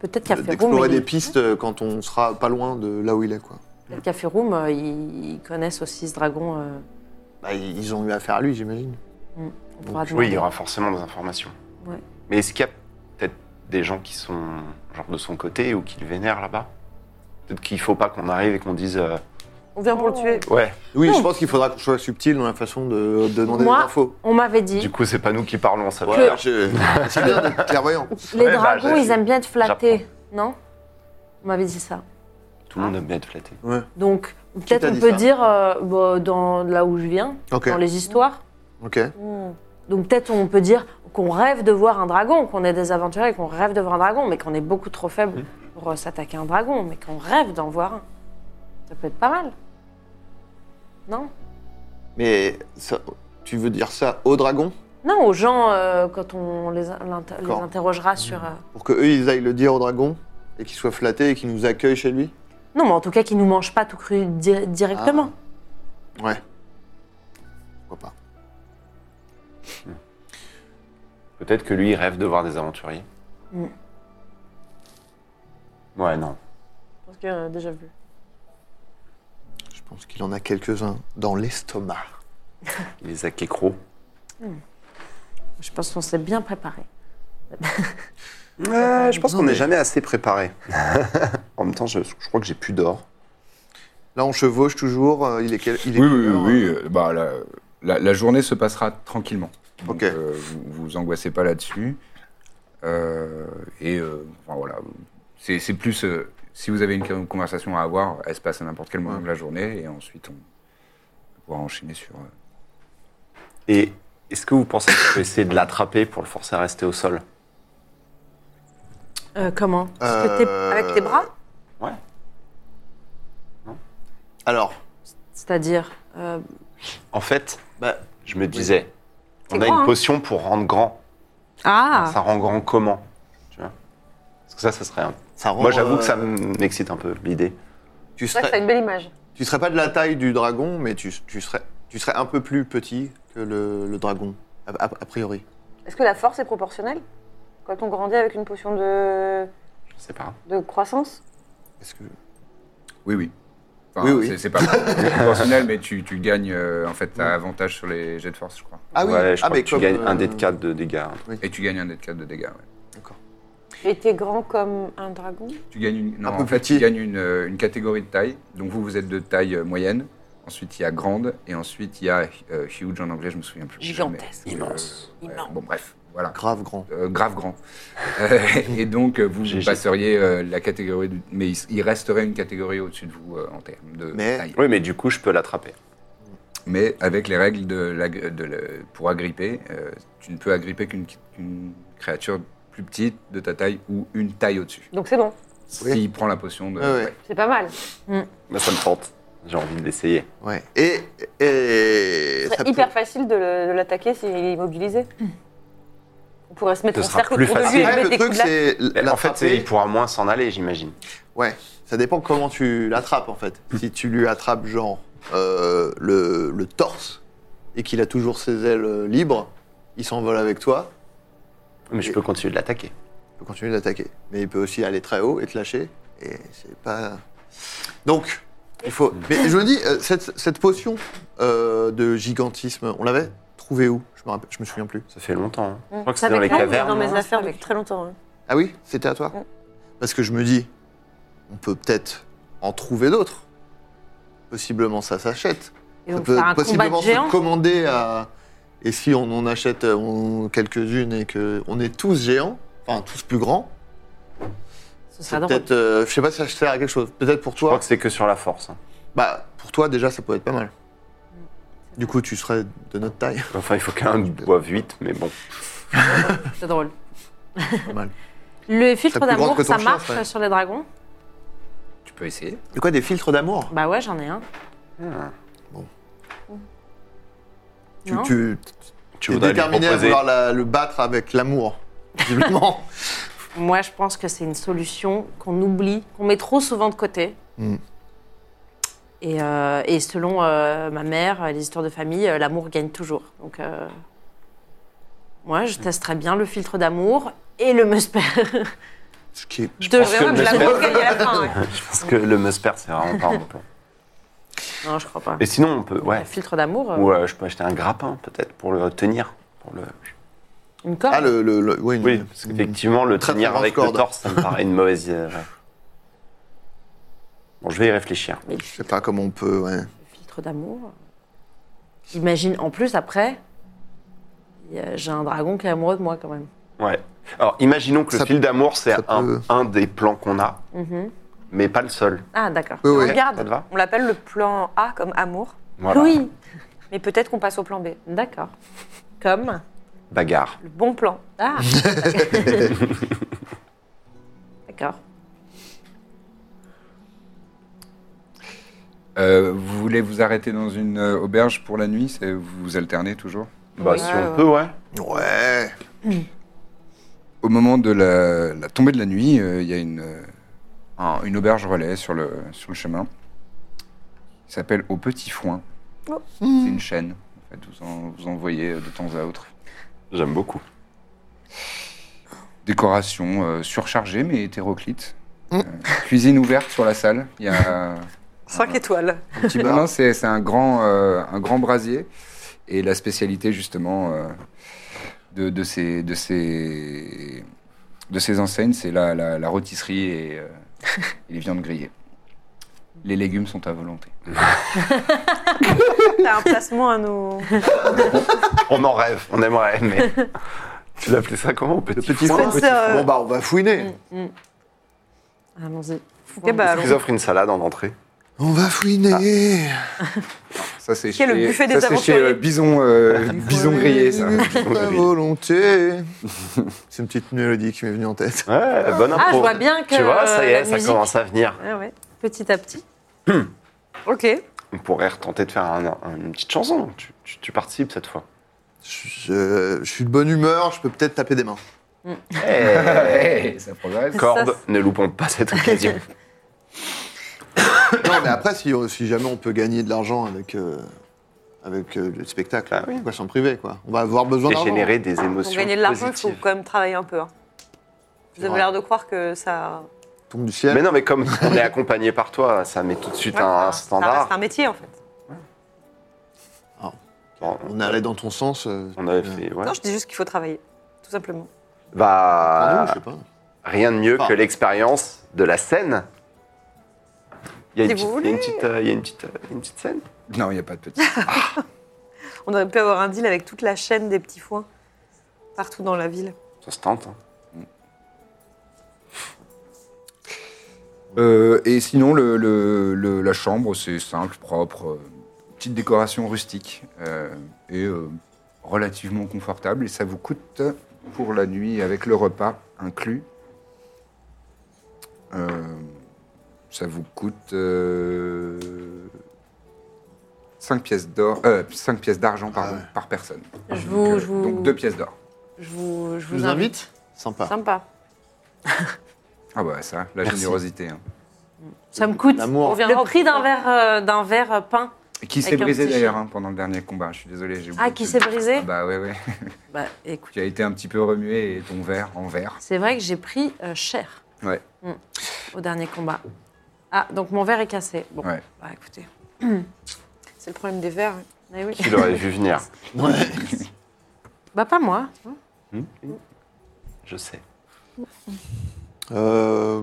S4: Peut-être qu'à Ferrum,
S5: d'explorer des
S4: ils-
S5: pistes euh, quand on sera pas loin de là où il est, quoi.
S4: peut-être qu'à Ferrum, euh, ils ils connaissent aussi ce dragon. euh,
S5: Bah, ils ont eu affaire à lui, j'imagine.
S4: on pourra
S2: Oui, il
S4: demander.
S2: y aura forcément des informations.
S4: Ouais.
S2: Mais est-ce qu'il y a peut-être des gens qui sont genre de son côté ou qui le vénèrent là-bas Peut-être qu'il faut pas qu'on arrive et qu'on dise euh,
S3: On vient pour le tuer.
S2: ouais.
S5: Oui, je pense qu'il faudra qu'on soit subtil dans la façon de, de demander
S4: Moi,
S5: des infos.
S4: On m'avait dit.
S2: Du coup, c'est pas nous qui parlons, ça. va
S5: Voilà,
S2: faire.
S5: je-
S3: [laughs]
S5: c'est bien d'être clairvoyant.
S4: Les
S2: Ouais, bah,
S4: dragons,
S2: j'ai-
S4: ils aiment bien être flattés, non On m'avait dit ça.
S2: Tout le monde aime bien être flatté.
S4: Donc, peut-être
S5: t'a
S4: on
S5: dit
S4: peut
S5: ça
S4: dire, euh, bah, dans là où je viens,
S5: Ok,
S4: dans les histoires.
S5: ok.
S3: Hmm.
S4: Donc, peut-être on peut dire qu'on rêve de voir un dragon, qu'on est des aventuriers, qu'on rêve de voir un dragon, mais qu'on est beaucoup trop
S5: Hmm.
S4: faible pour euh, s'attaquer à un dragon, mais qu'on rêve d'en voir un. Ça peut être pas mal. Non
S5: Mais ça- tu veux dire ça au dragon
S4: Non, aux gens, euh, quand on les, l'inter- les
S5: D'accord. Hmm.
S4: interrogera sur. euh,
S5: Pour que eux, ils aillent le dire au dragon et qu'ils soient flattés et qu'ils nous accueillent chez lui
S4: Non, mais en tout cas, qu'ils nous mangent pas tout cru di- directement.
S5: Ah. Ouais. Pourquoi pas
S2: Peut-être que lui, il rêve de voir des aventuriers.
S4: Mm.
S2: Ouais, non.
S3: Je pense qu'il
S4: euh,
S3: a déjà vu.
S5: Je pense qu'il en a quelques-uns dans l'estomac.
S2: Il les a qu'écrous.
S4: Je pense qu'on s'est bien préparé.
S2: Ouais, je pense
S5: Non,
S2: qu'on n'est
S5: mais-
S2: jamais assez préparé. [laughs] en même temps, je, je crois que j'ai plus d'or.
S5: Là, on chevauche toujours. euh, Il est quel il est
S6: Oui,
S5: quelle
S6: oui,
S5: heure,
S6: oui.
S5: euh
S6: euh, bah, là,
S1: la, la journée se passera tranquillement. Donc,
S5: Ok.
S1: euh, vous vous angoissez pas là-dessus. Euh, et euh, enfin, voilà, c'est c'est plus euh, si vous avez une con- conversation à avoir, elle se passe à n'importe quel moment de la journée, et ensuite on va pouvoir enchaîner sur. euh,
S2: Et est-ce que vous pensez qu'on peut essayer de l'attraper pour le forcer à rester au sol
S4: Euh, comment
S5: Euh,
S3: Avec tes bras
S2: Ouais.
S5: Alors,
S4: C'est-à-dire. euh,
S2: En fait,
S5: bah,
S2: je me disais,
S4: C'est
S2: on a
S4: grand,
S2: une
S4: hein.
S2: potion pour rendre grand.
S4: Ah
S2: Ça rend grand comment Tu vois Parce que ça, ça serait un...
S5: ça rend,
S2: Moi, j'avoue
S5: euh,
S2: que ça m'excite un peu, l'idée.
S5: Tu
S3: C'est vrai que t'as
S5: serais,
S3: une belle image.
S5: tu serais pas de la taille du dragon, mais tu, tu serais, tu serais un peu plus petit que le, le dragon, a, a- a priori.
S3: Est-ce que la force est proportionnelle Quand on grandit avec une potion de,
S2: Je sais pas.
S3: de croissance
S5: Est-ce que...
S1: Oui, oui.
S5: Oui, oui.
S1: c'est- C'est pas
S5: [laughs]
S1: proportionnel, mais tu, tu gagnes, euh, en fait, t'as avantage sur les jets de force, je crois.
S5: Ah oui,
S2: Ouais, je
S5: ah,
S2: crois
S5: mais
S2: que
S5: comme,
S2: tu gagnes un
S5: euh,
S2: dé de 4 de dégâts.
S1: Et tu gagnes un dé de 4 de dégâts, ouais.
S3: Et t'es grand comme un dragon
S1: Tu gagnes une, non,
S5: Un peu
S1: en fait,
S5: petit.
S1: tu gagnes une, euh, une catégorie de taille. Donc vous, vous êtes de taille euh, moyenne. Ensuite, il y a grande. Et ensuite, il y a euh, huge en anglais, je me souviens plus.
S4: Gigantesque.
S1: Jamais.
S2: Immense.
S1: ouais,
S4: Immense.
S1: Bon, bref, voilà.
S5: Grave grand.
S1: Euh, grave grand. Euh, [laughs] et donc, euh, vous, vous
S2: GG.
S1: passeriez euh, la catégorie. du- Mais il, s- il resterait une catégorie au-dessus de vous euh, en termes de
S5: Mais-
S1: taille.
S2: Oui, mais du coup, je peux l'attraper.
S1: Mais avec les règles de la- de la- pour agripper, euh, tu ne peux agripper qu'une qu'une créature plus petite de ta taille ou une taille au-dessus.
S3: Donc c'est bon,
S5: Oui.
S1: S'il prend la potion de.
S5: Ouais, ouais.
S3: c'est pas mal.
S2: Moi, ça me tente. J'ai envie de l'essayer.
S5: Ouais. Et, et
S3: C'est
S5: ça
S3: hyper
S5: peut-
S3: facile de le- de l'attaquer s'il est immobilisé. On pourrait se mettre
S2: Ce
S3: en
S2: sera
S3: cercle
S2: plus
S3: autour de lui
S2: facile.
S3: et lui
S5: Après, le
S3: mettre des
S5: truc,
S3: coups de la...
S5: c'est
S2: Eh, En fait, c'est-
S5: l'attraper.
S2: il pourra moins s'en aller, j'imagine.
S5: Ouais, ça dépend comment tu l'attrapes en fait. si tu lui attrapes genre euh, le, le torse et qu'il a toujours ses ailes euh, libres, il s'envole avec toi,
S2: Mais je
S5: Et-
S2: peux continuer de l'attaquer.
S5: il peut continuer d'attaquer. Mais il peut aussi aller très haut et te lâcher. Et c'est pas. Donc, il faut. Mais je me dis, euh, cette, cette potion euh, de gigantisme, on l'avait trouvée où je me, rappelle- je me souviens plus.
S2: Ça fait longtemps. hein. Je
S3: Mm.
S2: crois que
S3: Ça
S2: c'était dans
S3: fait
S2: les
S3: longtemps, mais
S2: cavernes.
S3: dans mes
S4: hein,
S3: affaires
S4: avec-
S3: depuis très longtemps. hein.
S5: Ah oui, c'était à toi.
S3: Mm.
S5: Parce que je me dis, on peut peut-être en trouver d'autres. Possiblement, ça s'achète.
S4: Et
S5: Ça
S4: donc,
S5: peut
S4: faire un combat de
S5: possiblement
S4: géants
S5: se commander à. Et si on en achète euh, on- quelques-unes et que on est tous géants, enfin tous plus grands,
S4: Ce
S5: c'est
S4: serait drôle.
S5: peut-être. euh, je sais pas si ça sert à quelque chose. Peut-être pour
S2: Je crois
S5: toi.
S2: que c'est que sur la force. hein.
S5: Bah, pour toi déjà, ça peut être pas mal.
S4: Mm.
S5: Du coup, tu serais de notre taille. [laughs]
S2: Enfin, il faut qu'un boive 8, mais bon.
S4: C'est drôle.
S5: Pas mal.
S4: Le filtre
S5: plus grande
S4: d'amour,
S5: que ton
S4: ça
S5: chien,
S4: marche
S5: ça.
S4: euh, sur les dragons
S1: Tu peux essayer.
S5: Et quoi, des filtres d'amour
S4: Bah ouais, j'en ai un.
S5: Ah. Tu,
S4: Non.
S5: tu, tu es
S2: voudrais lui
S5: déterminé à
S2: proposer-
S5: vouloir la- le battre avec l'amour,
S4: [laughs]
S5: visiblement.
S4: Moi, je pense que c'est une solution qu'on oublie, qu'on met trop souvent de côté.
S5: Mm.
S4: Et, euh, et selon euh, ma mère, euh, les histoires de famille, euh, l'amour gagne toujours. Donc, euh, moi, je testerais bien le filtre d'amour et le musper.
S5: Ce qui est-
S4: [laughs] Deux,
S2: pense que le
S4: je la
S2: musper-
S4: mort gagne à la fin.
S2: [laughs]
S4: ouais.
S2: Je pense que le musper, c'est vraiment pas un plan.
S4: Non, je crois pas.
S2: Et sinon, on peut. Ouais.
S4: Le filtre d'amour, euh,
S2: Ou euh, je peux acheter un grappin, peut-être, pour le tenir. Pour le...
S4: une corde.
S5: Ah, le. le, le- oui, une-
S2: Oui, parce qu'effectivement, le
S5: Très, très
S2: tenir
S5: grosse
S2: avec le
S5: corde.
S2: torse, ça me paraît une mauvaise. euh, Bon, je vais y réfléchir.
S4: Mais le
S5: Je sais pas comment on peut. ouais.
S4: filtre d'amour. J'imagine, en plus, après, il y a- j'ai un dragon qui est amoureux de moi quand même.
S2: Ouais. Alors, imaginons que
S5: Ça-
S2: le fil d'amour, c'est
S5: ça
S2: un,
S5: peut-
S2: un des plans qu'on a,
S4: Mhm.
S2: mais pas le seul.
S4: Ah, d'accord.
S5: Oui, oui.
S3: Regarde.
S2: Ça te va
S3: On l'appelle le plan A comme amour,
S2: Voilà. [laughs]
S4: Oui,
S3: mais peut-être qu'on passe au plan B.
S4: d'accord. Comme.
S2: Bagarre.
S3: Le bon plan.
S2: [laughs]
S4: Ah D'accord.
S1: Euh, vous voulez vous arrêter dans une euh, auberge pour la nuit c'est- Vous vous alternez toujours
S2: Bah,
S3: Ouais,
S2: si
S3: ouais.
S2: on peut, ouais.
S5: Ouais.
S1: Au moment de la, la tombée de la nuit, euh, il y a une, euh, un- une auberge relais sur le, sur le chemin. Il s'appelle Au Petit Foin.
S3: Oh.
S1: C'est une chaîne. En fait, vous en, vous en voyez euh, de temps à autre.
S2: J'aime beaucoup.
S1: Décoration euh, surchargée mais hétéroclite. Euh, cuisine ouverte sur la salle. Il y a
S3: 5 étoiles.
S5: Petit
S1: Non,
S5: bar.
S1: non, c'est c'est un, grand, euh, un grand brasier. Et la spécialité, justement, euh, de, de, ces, de, ces,
S3: [laughs]
S1: de ces enseignes, c'est la, la, la rôtisserie et, euh, et les viandes grillées. Les légumes sont à volonté.
S3: T'as un placement à nous.
S2: On en rêve, on aimerait, mais. tu l'appelais ça comment, petit,
S5: petit
S2: foin
S5: foin.
S4: euh,
S3: Spencer.
S5: Bon, bah, on va
S4: Mm.
S5: fouiner.
S4: Allons-y.
S3: Ok, bah
S2: Ils
S3: allons.
S2: offrent une salade en entrée.
S5: On va fouiner.
S4: Ah.
S1: Ça, c'est
S3: Qui est le
S1: chez-
S3: buffet des
S1: ça, c'est chez
S3: aventuriers.
S1: euh, Bison,
S3: [laughs]
S1: euh, Bison grillé, ça. [laughs]
S5: À volonté. [laughs] C'est une petite mélodie qui m'est venue en tête.
S2: Ouais, bonne impro.
S4: Ah, je vois bien que
S2: Tu vois, ça y
S4: euh,
S2: est,
S4: la
S2: ça
S4: musique,
S2: commence Hmm. à venir.
S3: Ouais, ouais.
S4: petit à petit.
S3: Ok.
S2: On pourrait retenter de faire un- un- une petite chanson. Tu, tu- tu participes cette fois.
S5: Je, je suis de bonne humeur, je peux peut-être taper des mains.
S3: [laughs]
S1: Hey, ça progresse.
S2: Corde,
S4: Ça,
S2: Eh, ne loupons pas cette occasion.
S5: Non, mais après, si, si jamais on peut gagner de l'argent avec, euh, avec euh, le spectacle,
S2: Ah oui.
S5: pourquoi s'en priver, quoi On va avoir besoin
S2: Et
S5: d'argent.
S2: générer des émotions.
S3: Pour gagner de l'argent, il faut
S2: positives.
S3: quand même travailler un peu. hein. Vous avez
S5: Ouais.
S3: l'air de croire que ça.
S5: Tombe du ciel.
S2: Mais non, mais comme on est accompagné par toi, ça met tout de suite
S3: Ouais,
S2: un,
S3: ça- Ça
S2: standard.
S3: reste un métier en fait.
S2: Bon,
S5: On est allé dans ton sens. euh,
S2: on avait
S5: euh,
S2: fait. ouais.
S3: Non, je dis juste qu'il faut travailler, tout simplement.
S2: Bah,
S5: pardon, Ah, je sais pas.
S2: rien de mieux
S5: Enfin.
S2: que l'expérience de la scène. Il y a une
S3: Si
S2: petite-
S3: vous
S2: il y a une petite, euh, il y a une petite, euh, une petite scène.
S1: Non, il n'y a pas de petit.
S3: On aurait pu avoir un deal avec toute la chaîne des petits foins partout dans la ville.
S2: Ça se tente. hein.
S1: Euh, et sinon, le, le- le- la chambre, c'est simple, propre, euh, petite décoration rustique euh, et euh, relativement confortable. Et ça vous coûte pour la nuit avec le repas inclus. euh, ça vous coûte 5 pièces d'or, 5 pièces d'argent pardon,
S5: Ah ouais.
S1: par personne.
S4: Je vous, je vous,
S1: Donc 2 pièces d'or.
S4: je vous, je
S5: Je
S4: vous
S5: vous
S4: invite.
S5: invite Sympa.
S4: Sympa.
S1: Ah bah ça, la
S5: Merci.
S1: générosité. hein.
S4: Ça me coûte
S5: L'amour.
S4: le prix d'un verre, euh, d'un verre euh, peint.
S1: Et Qui s'est
S4: Avec un
S1: brisé
S4: petit
S1: d'ailleurs
S4: chien.
S1: hein, pendant le dernier combat, je suis désolé. j'ai
S4: Ah,
S1: oublié
S4: qui
S1: de-
S4: s'est brisé
S1: Ah Bah ouais ouais.
S4: Bah écoute,
S1: Tu as été un petit peu remué et ton verre en verre.
S4: c'est vrai que j'ai pris euh, cher
S1: Ouais.
S4: au dernier combat. Ah, donc mon verre est cassé. Bon,
S1: Ouais.
S4: bah écoutez. [clears throat]
S3: C'est le problème des verres.
S4: Eh oui.
S2: Tu l'aurais vu venir.
S4: [laughs] Bah pas moi.
S2: Je sais.
S5: Euh,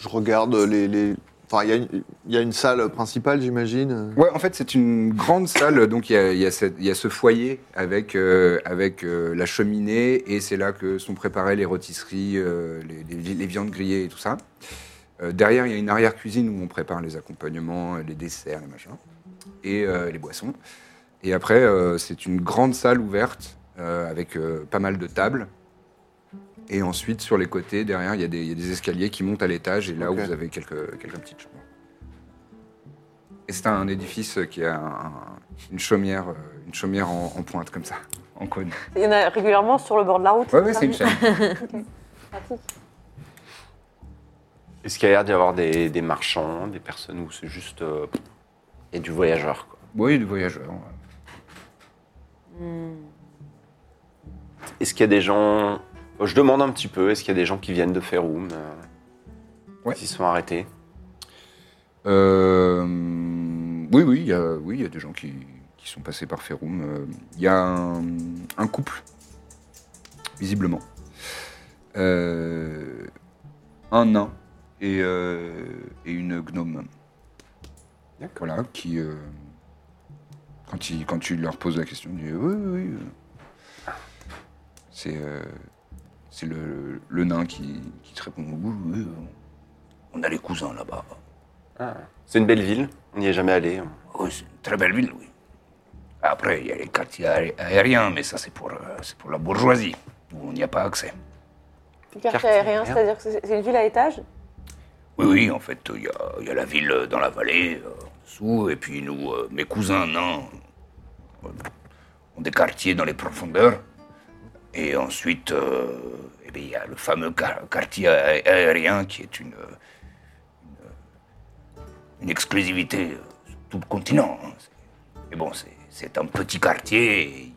S5: je regarde les. les- Enfin, il y a une- il y, a une salle principale, j'imagine.
S1: Ouais, en fait, c'est une grande salle. Donc, il y a, il y a cette- il y a ce foyer avec, euh, avec euh, la cheminée. Et c'est là que sont préparées les rôtisseries, euh, les, les- les viandes grillées et tout ça. Euh, derrière, il y a une arrière-cuisine où on prépare les accompagnements, euh, les desserts, les machins. Et euh, les boissons. Et après, euh, c'est une grande salle ouverte euh, avec euh, pas mal de tables. Et ensuite, sur les côtés, derrière, il y, a des- il y a des escaliers qui montent à l'étage. Et là,
S5: Ok.
S1: où vous avez quelques, quelques petites chambres. Et c'est un édifice qui a un- une chaumière, euh, une chaumière en, en pointe comme ça, en cône.
S3: Il y en a régulièrement sur le bord de la route.
S1: Ouais, ouais, c'est une chaîne.
S2: Est-ce qu'il y a l'air d'y avoir des, des marchands, des personnes où c'est juste. euh, et du voyageur, quoi.
S1: Oui, du voyageur. ouais.
S2: Est-ce qu'il y a des gens. Bon, Je demande un petit peu, est-ce qu'il y a des gens qui viennent de Feroum euh,
S1: Ouais.
S2: Qui sont arrêtés
S1: Euh, oui, oui, il y a, oui, il y a des gens qui, qui sont passés par Feroum. Euh, Il y a un, un couple, visiblement. Euh, un nain et, euh, et une gnome. Voilà, qui, euh, quand, il, quand tu leur poses la question, ils disent oui, oui. oui. C'est euh, c'est le, le nain qui, qui te répond oui, oui, on a les cousins là-bas.
S2: Ah. C'est une belle ville, on n'y est jamais allé.
S8: Oui, c'est une très belle ville, oui. Après, il y a les quartiers aé- aériens, mais ça, c'est pour, euh, c'est pour la bourgeoisie, où on n'y a pas accès.
S2: Quartier aérien,
S3: c'est-à-dire que c'est une ville à étage
S8: Oui, oui, en fait, il y a, il y a la ville euh, dans la vallée, euh, en dessous, et puis nous, euh, mes cousins, non, euh, ont des quartiers dans les profondeurs. Et ensuite, euh, eh bien, il y a le fameux quar- quartier aé- aérien qui est une, euh, une, une exclusivité euh, sur tout le continent. hein. C'est- Mais bon, c'est- c'est un petit quartier,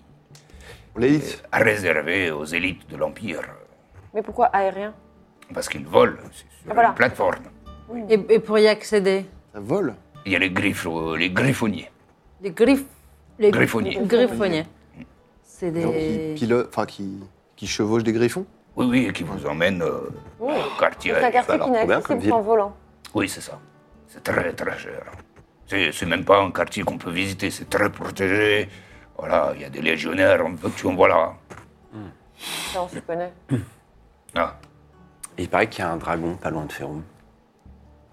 S5: L'élite.
S8: à réserver aux élites de l'Empire.
S3: Mais pourquoi aérien
S8: Parce qu'ils volent c'est sur
S3: Ah, voilà.
S8: une plateforme.
S4: Et, et pour y accéder,
S5: Ça vole.
S8: Il y a les, griffes, euh, les griffonniers.
S4: les griffes, les
S8: Griffonniers.
S4: griffonniers. C'est
S5: Des gens qui
S4: des.
S5: pilotent. Enfin, qui, qui chevauchent des griffons.
S8: Oui, oui, et qui vous emmènent euh, au quartier.
S3: Oh, C'est un quartier
S2: leur trop
S3: qui n'est
S2: bien comme
S3: accessible
S2: ville.
S3: qu'en volant.
S8: Oui, c'est ça. C'est très très cher. C'est c'est même pas un quartier qu'on peut visiter, c'est très protégé. Voilà, il y a des légionnaires, on veut que tu en voilà.
S3: Hmm. Ça, on se connaît.
S8: Ah,
S2: Et il paraît qu'il y a un dragon pas loin de Ferrum.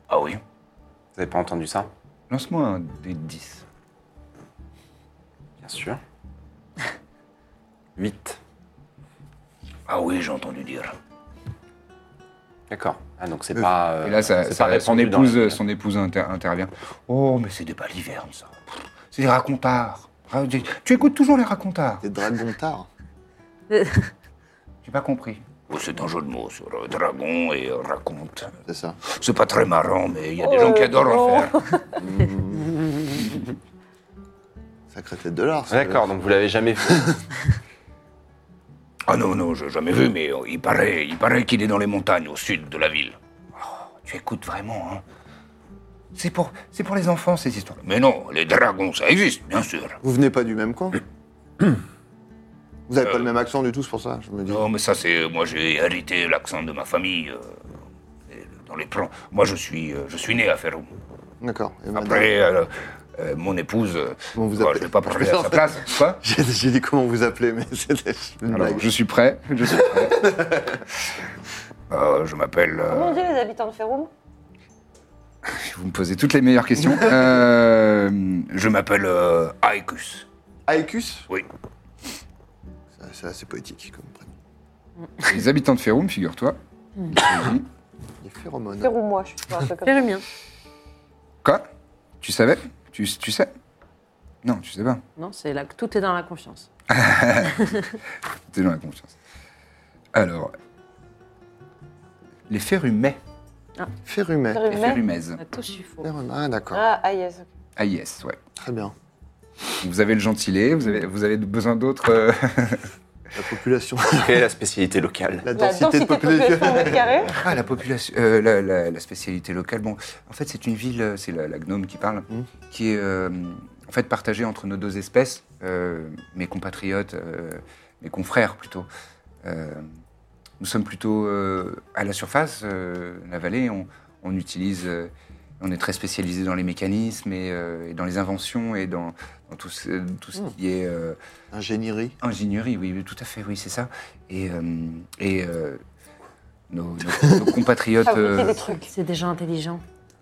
S8: ah oui.
S2: Vous avez pas entendu ça
S8: Lance-moi un des 10.
S2: Bien [laughs] sûr. 8.
S8: Ah oui, j'ai entendu dire.
S2: D'accord. Ah, donc c'est pas. euh,
S8: Et là, ça,
S2: c'est
S8: ça-
S2: pas
S8: son,
S2: répandu dans la-
S8: épouse, son épouse inter- intervient. Oh, mais c'est des balivernes, ça. Pff, C'est des racontards. Ra- des- Tu écoutes toujours les racontards.
S5: Des dragons tard.
S8: J'ai pas compris. Oh, c'est un jeu de mots sur euh, dragon et raconte.
S5: C'est ça.
S8: C'est pas très marrant, mais il y a des gens qui adorent en faire.
S5: Sacré tête de l'art. ça.
S2: D'accord, donc vous l'avez jamais vu.
S8: Ah non, non, j'ai jamais vu, mais euh, il paraît il paraît qu'il est dans les montagnes, au sud de la ville. Oh, tu écoutes vraiment, hein C'est pour, c'est pour les enfants, ces histoires. Mais non, les dragons, ça existe, bien sûr.
S5: Vous venez pas
S8: [coughs]
S5: du même coin Vous avez pas le même accent du tout, c'est pour ça, je me dis.
S8: Euh. Non, mais ça, c'est. euh, Moi, j'ai hérité l'accent de ma famille. euh, et dans les plans. Moi, je suis, euh, je suis né à Ferrum.
S5: D'accord. Et madame- [laughs]
S8: Après, euh, euh, mon épouse. euh,
S5: Comment vous
S8: bah,
S5: appelez
S8: je vais pas parler à sa place. Quoi
S5: J'ai j'ai dit comment vous appelez, mais [laughs] c'était une
S8: Alors,
S5: blague.
S8: je suis prêt. Je suis prêt. [laughs] Euh, je m'appelle. euh,
S3: Comment on dit les habitants de Ferrum
S8: vous me posez toutes les meilleures [laughs] questions. Euh, je m'appelle euh, Aekus.
S5: Aekus
S8: Oui.
S5: Ça, C'est assez poétique comme prénom.
S8: euh,
S1: Les habitants de Ferrum, figure-toi.
S5: Les phéromones.
S3: Ferrum, moi, je suis pas un peu comme
S4: C'est le mien.
S1: Quoi Tu savais tu, tu sais Non, tu sais pas.
S4: Non, c'est là que tout est dans la confiance.
S1: T'es dans la confiance. Alors, les férumais.
S5: Férumais.
S1: Les
S3: Ferrum.
S1: férumaises.
S4: Tout, je suis faux.
S5: Férumais. Ah, d'accord.
S3: Ah, ah, yes. ok.
S1: Ah yes, ouais.
S5: Très bien.
S1: Vous avez le gentilé, vous avez, vous avez besoin d'autres... euh,
S5: La population.
S2: Quelle est la spécialité locale
S5: La
S3: La
S5: densité,
S3: densité
S5: de population.
S3: au mètre carré.
S1: Ah, la population, euh, la, la- la spécialité locale. Bon, en fait, c'est une ville, euh, c'est la, la gnome qui parle,
S5: Mhm.
S1: qui est euh, en fait partagée entre nos deux espèces, euh, mes compatriotes, euh, mes confrères plutôt. Euh, nous sommes plutôt euh, à la surface, euh, la vallée. On, on utilise, euh, on est très spécialisé dans les mécanismes et, euh, et dans les inventions et dans, dans tout ce, tout ce qui est euh,
S5: Ingénierie.
S1: Ingénierie, oui, oui, tout à fait, oui, c'est ça. Et, euh, et euh, nos, nos- nos compatriotes
S4: Ah
S3: Fabriquer
S1: euh,
S3: Ah, des trucs.
S4: C'est des gens intelligents.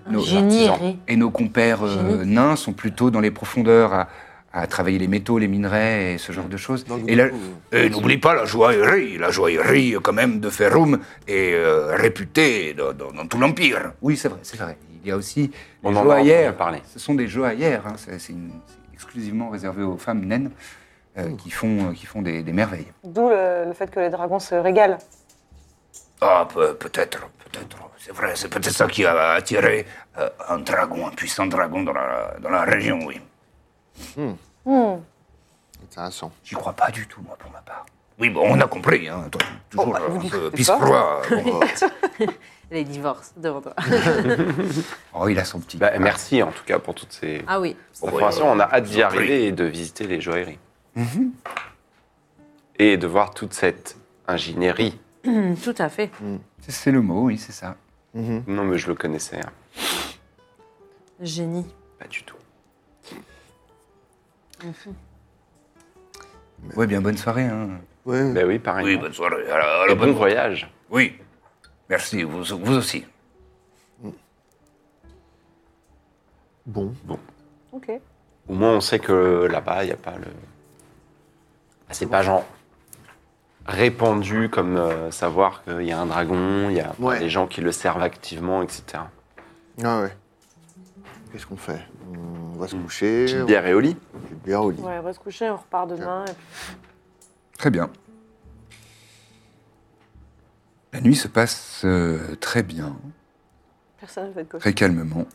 S1: Nos
S4: Générés.
S1: et nos compères euh, nains sont plutôt dans les profondeurs à, à travailler les métaux, les minerais et ce genre de choses.
S5: Donc,
S1: Et là, euh,
S5: du coup,
S8: Et n'oublie pas la joaillerie. La joaillerie, quand même, de Ferrum est euh, réputée dans, dans- dans tout l'Empire.
S1: oui, c'est vrai, c'est vrai. Il y a aussi
S2: On
S1: les
S2: en a
S1: joaillères.
S2: entendu parler.
S1: Ce sont des joaillères, hein, c'est c'est une- c'est exclusivement réservé aux femmes naines euh, qui font, qui font des- des merveilles.
S3: D'où le, le fait que les dragons se régalent.
S8: Ah, pe- peut-être, peut-être. C'est vrai, c'est peut-être ça qui a attiré euh, un dragon, un puissant dragon dans la, dans la région, oui.
S5: Intéressant.
S8: J'y crois pas du tout, moi, pour ma part. Oui, bon, on a compris, hein. toi, toujours
S3: Oh, bah,
S8: euh,
S3: vous
S8: un peu
S3: dites
S8: pisse-froid.
S1: [laughs]
S8: bon, euh,
S4: Les divorces devant toi.
S1: Oh, il a son petit.
S2: Bah, merci en tout cas pour toutes ces
S4: Ah oui.
S2: informations. On a hâte d'y
S8: Je vous en prie.
S2: arriver et de visiter les joailleries. Mhm. Et de voir toute cette ingénierie.
S4: Tout à fait.
S1: C'est le mot, oui, c'est ça.
S2: Non, mais je le connaissais. hein.
S4: Génie.
S2: Pas du tout.
S1: Ouais, bien, bonne soirée. Hein.
S5: Ouais.
S2: Ben oui, pareil.
S8: Oui, bonne soirée. À la- à la
S2: Et bon
S8: bonne-
S2: voyage.
S8: Oui, merci, vous, vous aussi.
S5: Bon.
S3: Ok.
S2: Au moins, on sait que là-bas, il n'y a pas le. Ah, c'est pas genre répandu comme euh, savoir qu'il y a un dragon, il y a
S5: Ouais.
S2: des gens qui le servent activement, etc.
S5: Ah ouais. Qu'est-ce qu'on fait On va se
S8: Mm.
S5: coucher.
S2: Petite bière et au lit.
S5: on fait bière au lit.
S3: Ouais, on va se coucher, on repart demain. et puis-
S1: Très bien. La nuit se passe euh, très bien,
S3: Personne ne fait de cauchemar.
S1: très calmement.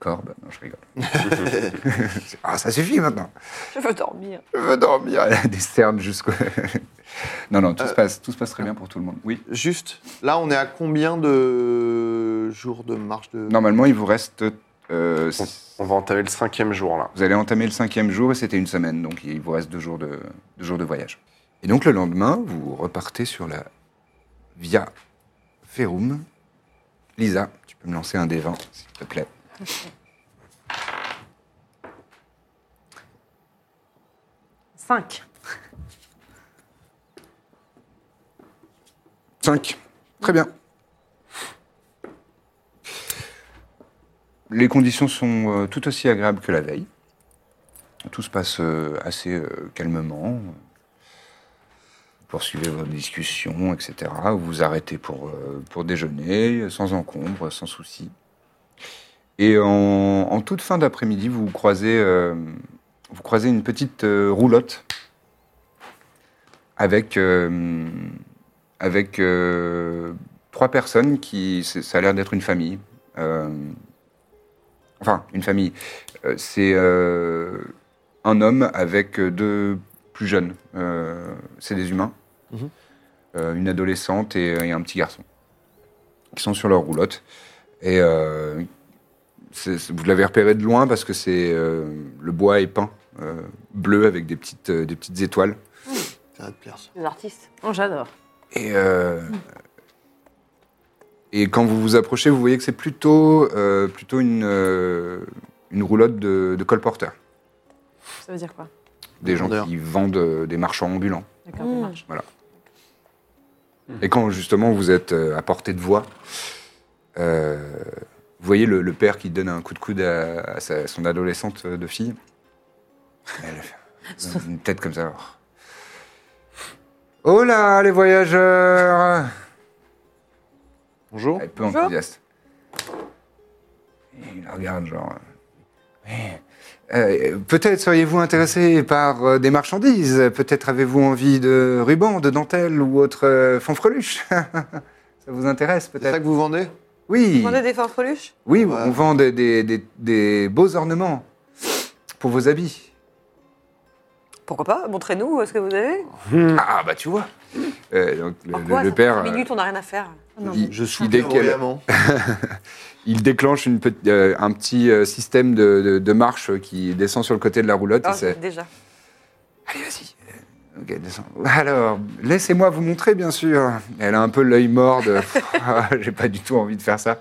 S1: Corbe, non, je rigole.
S8: [laughs]
S1: ah, ça suffit maintenant.
S3: Je veux dormir.
S1: Je veux dormir. Elle a [laughs] des cernes jusqu'au. [laughs] non, non, tout, se passe, tout se passe très bien pour tout le monde. euh. Oui.
S5: Juste, là, on est à combien de jours de marche de.
S1: Normalement, il vous reste. euh, s-
S2: On va entamer le cinquième jour, là.
S1: vous allez entamer le cinquième jour et c'était une semaine, donc il vous reste deux jours de, deux jours de voyage. Et donc le lendemain, vous repartez sur la Via Ferrum
S6: Lisa, tu peux me lancer un des 20, s'il te plaît.
S4: Cinq.
S6: 5. Très bien. Les conditions sont euh, tout aussi agréables que la veille.
S1: Tout se passe euh, assez euh, calmement. Vous poursuivez votre discussion, etc. Vous vous arrêtez pour, euh, pour déjeuner, sans encombre, sans souci. Et en, en toute fin d'après-midi, vous croisez, euh, vous croisez une petite euh, roulotte avec, euh, avec euh, trois personnes qui, c'est- ça a l'air d'être une famille. Euh, enfin, une famille. Euh, c'est euh, un homme avec deux plus jeunes. Euh, c'est des humains. Euh, une adolescente et, et un petit garçon. Qui sont sur leur roulotte. Et euh, c'est- c'est- vous l'avez repéré de loin parce que c'est euh, le bois est peint euh, bleu avec des petites, euh, des petites étoiles.
S5: Ça va te plaire, ça.
S4: Les artistes. Oh, j'adore.
S1: Et, euh, et quand vous vous approchez, vous voyez que c'est plutôt, euh, plutôt une, euh, une roulotte de, de colporteurs.
S4: Ça veut dire quoi
S1: Des gens
S5: vendeurs.
S1: qui vendent euh, des marchands ambulants.
S4: D'accord,
S3: Hmm.
S4: ça marche.
S1: Et quand justement vous êtes euh, à portée de voix, euh, vous voyez le, le père qui donne un coup de coude à, à sa- son adolescente euh, de fille. Elle fait une tête comme ça. Oh là, les voyageurs
S5: Bonjour.
S1: Elle est peu enthousiaste. Et il la regarde, genre. euh, Ouais. Euh,
S6: Peut-être seriez-vous intéressé par euh, des marchandises. Peut-être avez-vous envie de rubans, de dentelles ou autre euh,
S1: [laughs]
S6: fanfreluche. Ça vous intéresse
S5: C'est ça
S6: peut-être
S5: que vous vendez
S6: Oui,
S3: Demandez des fanfreluches
S6: oui,
S5: Ouais.
S6: on vend des, des- des- des beaux ornements pour vos habits.
S3: Pourquoi pas Montrez-nous euh, ce que vous avez.
S1: ah, bah tu vois Euh, donc, le,
S3: En
S1: le-
S3: quoi
S1: le
S3: ça fait
S1: père.
S3: cinq
S1: euh,
S3: minutes, on n'a rien à faire.
S1: il-
S5: Je suis
S1: il décale-
S5: Vraiment.
S1: Il déclenche une petite- euh, un petit euh, système de, de- de marche qui descend sur le côté de la roulotte.
S3: Ah,
S1: et c'est-
S3: déjà.
S1: Allez, vas-y. Euh, Ok, descends. Alors, laissez-moi vous montrer, bien sûr. Elle a un peu l'œil mort de. [laughs] Ah, J'ai pas du tout envie de faire ça.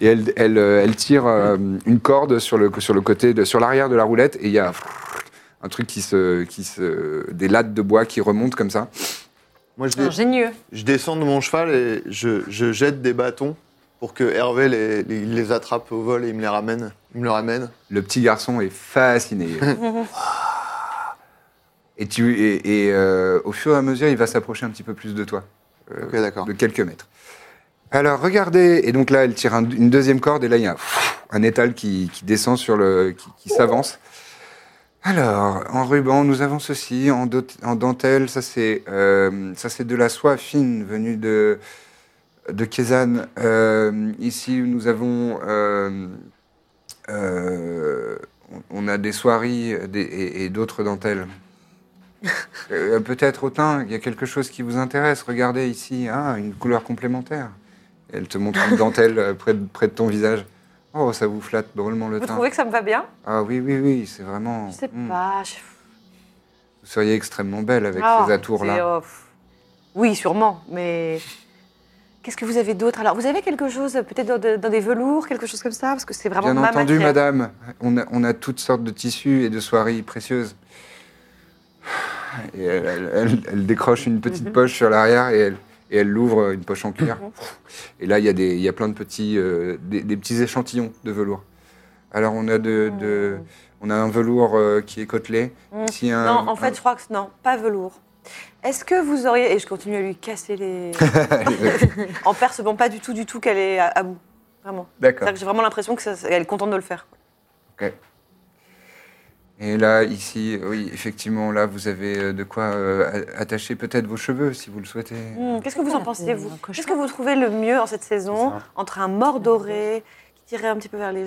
S1: Et elle, elle, euh, elle tire euh, une corde sur le, sur le côté, de, sur l'arrière de la roulette, et il y a un truc qui se, qui se, des lattes de bois qui remontent comme ça.
S5: Moi, je, dé-
S4: Ingénieux.
S5: je descends de mon cheval et je, je jette des bâtons pour que Hervé les, les- il les attrape au vol et il me les ramène. Il me le ramène.
S1: Le petit garçon est fasciné. et tu, et, et, euh, au fur et à mesure, il va s'approcher un petit peu plus de toi. Euh,
S5: Ok, d'accord.
S1: de quelques mètres. Alors regardez, et donc là elle tire un- une deuxième corde et là il y a un, un étal qui, qui descend sur le, qui, qui s'avance. Alors en ruban nous avons ceci, en, dot- en dentelle ça c'est euh, ça c'est de la soie fine venue de de Kézanne. Euh, ici nous avons euh, euh, on on a des soieries des- et, et d'autres
S3: [laughs]
S1: dentelles. Euh, Peut-être au teint, il y a quelque chose qui vous intéresse. Regardez ici, ah, une couleur complémentaire. Elle te montre une dentelle euh, près de, près de ton visage. Oh, ça vous flatte drôlement le
S3: Vous
S1: teint.
S3: trouvez que ça me va bien
S1: Ah oui, oui, oui, c'est vraiment.
S4: Je sais
S1: Hmm.
S4: pas. je-
S1: Vous seriez extrêmement belle avec
S3: Ah,
S1: ces atours-là.
S3: c'est, euh, pff. oui, sûrement, mais qu'est-ce que vous avez d'autre Alors, vous avez quelque chose, euh, peut-être dans, de- dans des velours, quelque chose comme ça Parce que c'est vraiment
S1: Bien
S3: ma
S1: entendu,
S3: matière.
S1: madame, on a, on a toutes sortes de tissus et de soieries précieuses. Et elle, elle- elle- elle décroche une
S3: Mhm.
S1: petite poche sur l'arrière et elle et elle l'ouvre, une poche en cuir. Et là, il y, a des- il y a plein de petits, euh, des, des petits échantillons de velours. Alors, on a, de, de-
S3: Mhm.
S1: on a un velours euh, qui est côtelé. Ici, un-
S3: Non, en
S1: un-
S3: fait, je crois que non, pas velours. Est-ce que vous auriez et je continue à lui casser les en percevant pas du tout, du tout qu'elle est à, à bout, vraiment.
S1: D'accord.
S3: C'est-à-dire que J'ai vraiment l'impression que ça- elle est contente de le faire.
S1: Ah, Et là, ici, oui, effectivement, là, vous avez euh, de quoi euh, a- attacher peut-être vos cheveux, si vous le souhaitez.
S3: Hmm, Qu'est-ce que vous
S4: Elle
S3: en
S4: a
S3: pensez
S4: fait
S3: vous
S4: un cauchemar.
S3: Qu'est-ce que vous trouvez le mieux en cette saison
S2: C'est ça.
S3: entre un mort doré qui tirait un petit peu vers les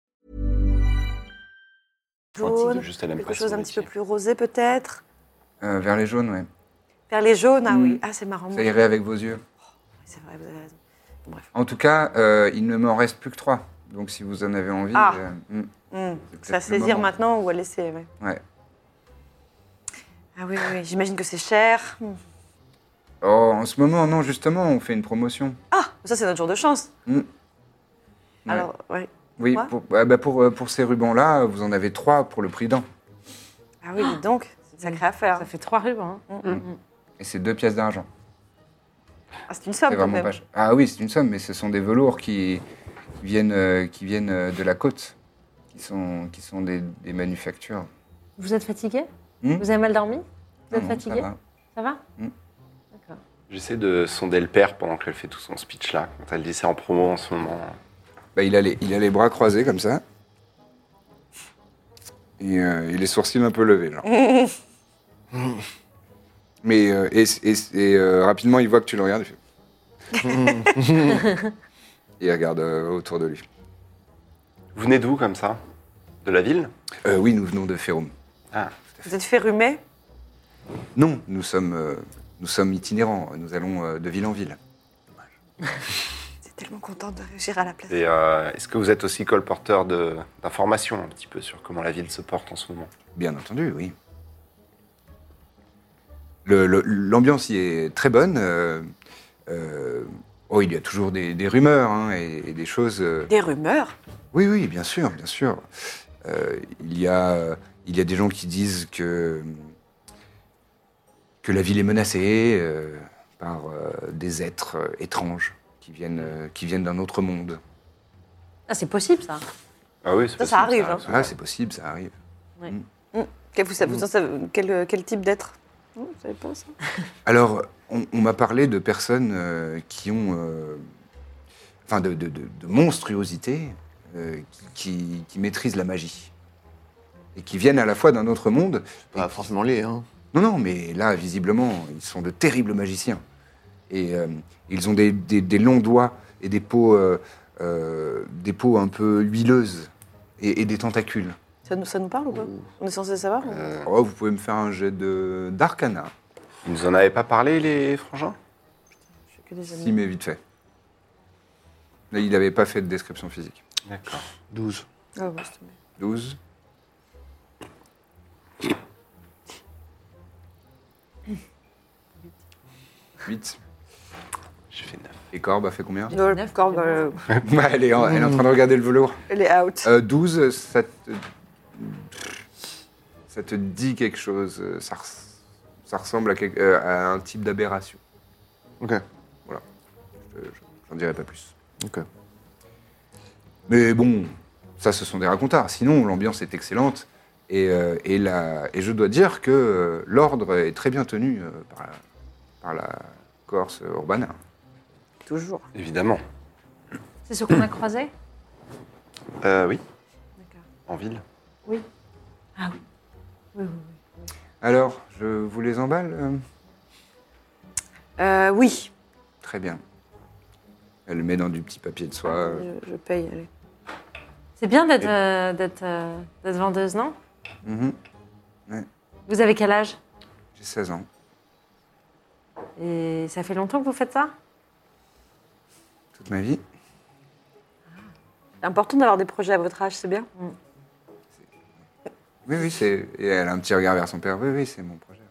S3: Jaune,
S2: Juste, elle aime
S3: quelque
S2: pas son
S3: chose un petit
S2: métier.
S3: peu plus rosé peut-être.
S9: Euh, vers les jaunes, ouais.
S3: Vers les jaunes, ah
S9: Mm.
S3: oui. Ah, c'est marrant.
S9: Ça irait avec vos yeux.
S3: C'est vrai, vous avez raison.
S9: En tout cas, euh, il ne m'en reste plus que trois. Donc si vous en avez envie.
S3: Ah.
S9: euh, hmm,
S3: Mm.
S9: peut-être
S3: C'est à
S9: le
S3: saisir
S9: moment.
S3: maintenant ou à laisser. ouais.
S9: Ouais.
S3: Ah oui, oui, oui, j'imagine que c'est cher. Mm.
S9: Oh, en ce moment, non, justement, on fait une promotion.
S3: Ah, ça c'est notre jour de chance.
S9: Mm. Ouais.
S3: Alors, ouais.
S9: Oui,
S3: Quoi
S9: pour, ah bah pour, euh, pour ces rubans-là, vous en avez trois pour le prix d'un.
S3: Ah oui, dis donc, c'est une sacrée affaire. Mm.
S4: Ça fait trois rubans. hein.
S9: Et c'est deux pièces d'argent.
S3: Ah, c'est une somme
S9: C'est
S3: quand
S9: vraiment
S3: même.
S9: pas cher. Ah oui, c'est une somme, mais ce sont des velours qui, qui viennent, euh, qui viennent euh, de la côte, qui sont, qui sont des, des manufactures.
S4: Vous êtes fatigué
S9: Hmm
S4: Vous avez mal dormi Vous êtes
S9: Non, non, ça
S4: fatigué
S9: va.
S4: Ça va
S9: Mm.
S4: D'accord.
S2: J'essaie de sonder le père pendant qu'elle fait tout son speech là. Quand elle dit c'est en promo en ce moment.
S1: Bah, il, a les, il a les bras croisés comme ça. Et, euh, et les sourcils un peu levés, genre. Mais euh, et, et- et, euh, rapidement, il voit que tu le regardes. il fait- Et il regarde euh, autour de lui.
S2: Vous venez d'où comme ça De la ville
S1: Euh, oui, nous venons de Férum.
S3: Vous êtes férumé
S1: Non, nous sommes, euh, nous sommes itinérants. Nous allons euh, de ville en ville.
S3: C'est tellement contente de réussir à la place.
S2: Et euh, est-ce que vous êtes aussi colporteur de- d'informations un petit peu sur comment la ville se porte en ce moment
S1: Bien entendu, oui. Le- le- L'ambiance y est très bonne. euh, euh, oh, il y a toujours des, des rumeurs hein, et, et des choses. euh,
S3: Des rumeurs
S1: Oui, oui, bien sûr, bien sûr. Euh, il, y a, il y a des gens qui disent que, que la ville est menacée euh, par euh, des êtres euh, étranges qui viennent, euh, qui viennent d'un autre monde.
S4: Ah, c'est possible ça.
S2: Ah oui, c'est
S3: Ça, ça
S2: possible,
S3: arrive, hein.
S1: Ah, c'est possible, ça arrive.
S3: Que vous
S9: Mm.
S3: savez, vous en savez- quel, euh, quel type d'être Non, Vous savez pas ça
S1: Alors, on, on m'a parlé de personnes euh, qui ont. euh, Enfin, de, de, de- de monstruosités euh, qui, qui- qui maîtrisent la magie. Et qui viennent à la fois d'un autre monde. et
S5: Pas forcément lié, hein.
S1: Non, non, mais là, visiblement, ils sont de terribles magiciens. Et euh, ils ont des, des- des longs doigts et des peaux, euh, euh, des peaux un peu huileuses et, et des tentacules.
S3: ça nous, ça nous parle ou pas On est censé savoir ou-
S9: Euh,
S1: Oh, vous pouvez me faire un jet de- d'arcana,
S2: Ils nous en avaient pas parlé, les frangins
S3: Je fais que des
S1: si,
S3: amis.
S1: mais vite fait. Là, il n'avait pas fait de description physique.
S2: D'accord.
S5: 12.
S3: Ah, bon, c'est tombé.
S1: 12. Huit.
S2: J'ai fait 9.
S1: Et Corbe a fait
S3: [laughs]
S1: combien
S3: Non, le corps, euh,
S1: Bah, elle, est en, elle est en train de regarder le velours.
S3: elle est out.
S1: Euh, 12, ça te... ça te dit quelque chose. euh, Ça, res- ça ressemble à, quelque- euh, à un type d'aberration.
S5: Ok.
S1: Euh, je- J'en dirai pas plus.
S5: Ok.
S1: Mais bon, ça, ce sont des racontars. Sinon, l'ambiance est excellente. Et, euh, et, la- et je dois dire que euh, l'ordre est très bien tenu euh, par, la, par la Corse urbana.
S3: Toujours.
S2: Évidemment.
S4: C'est ce qu'on a croisé
S2: Euh, oui,
S4: D'accord.
S2: en ville.
S4: Oui, oui, oui.
S1: Alors, je vous les emballe euh
S3: Euh, oui,
S1: Très bien. Elle le met dans du petit papier de soie. euh,
S3: je, je paye. allez.
S4: C'est bien d'être euh, d'être, euh, d'être vendeuse, non
S1: mhm.
S4: Vous avez quel âge
S1: J'ai 16 ans,
S4: Et ça fait longtemps que vous faites ça
S1: toute ma vie.
S3: C'est important d'avoir des projets à votre âge, c'est bien.
S1: Oui, oui, c'est. Et elle a un petit regard vers son père. Oui, oui, c'est mon projet.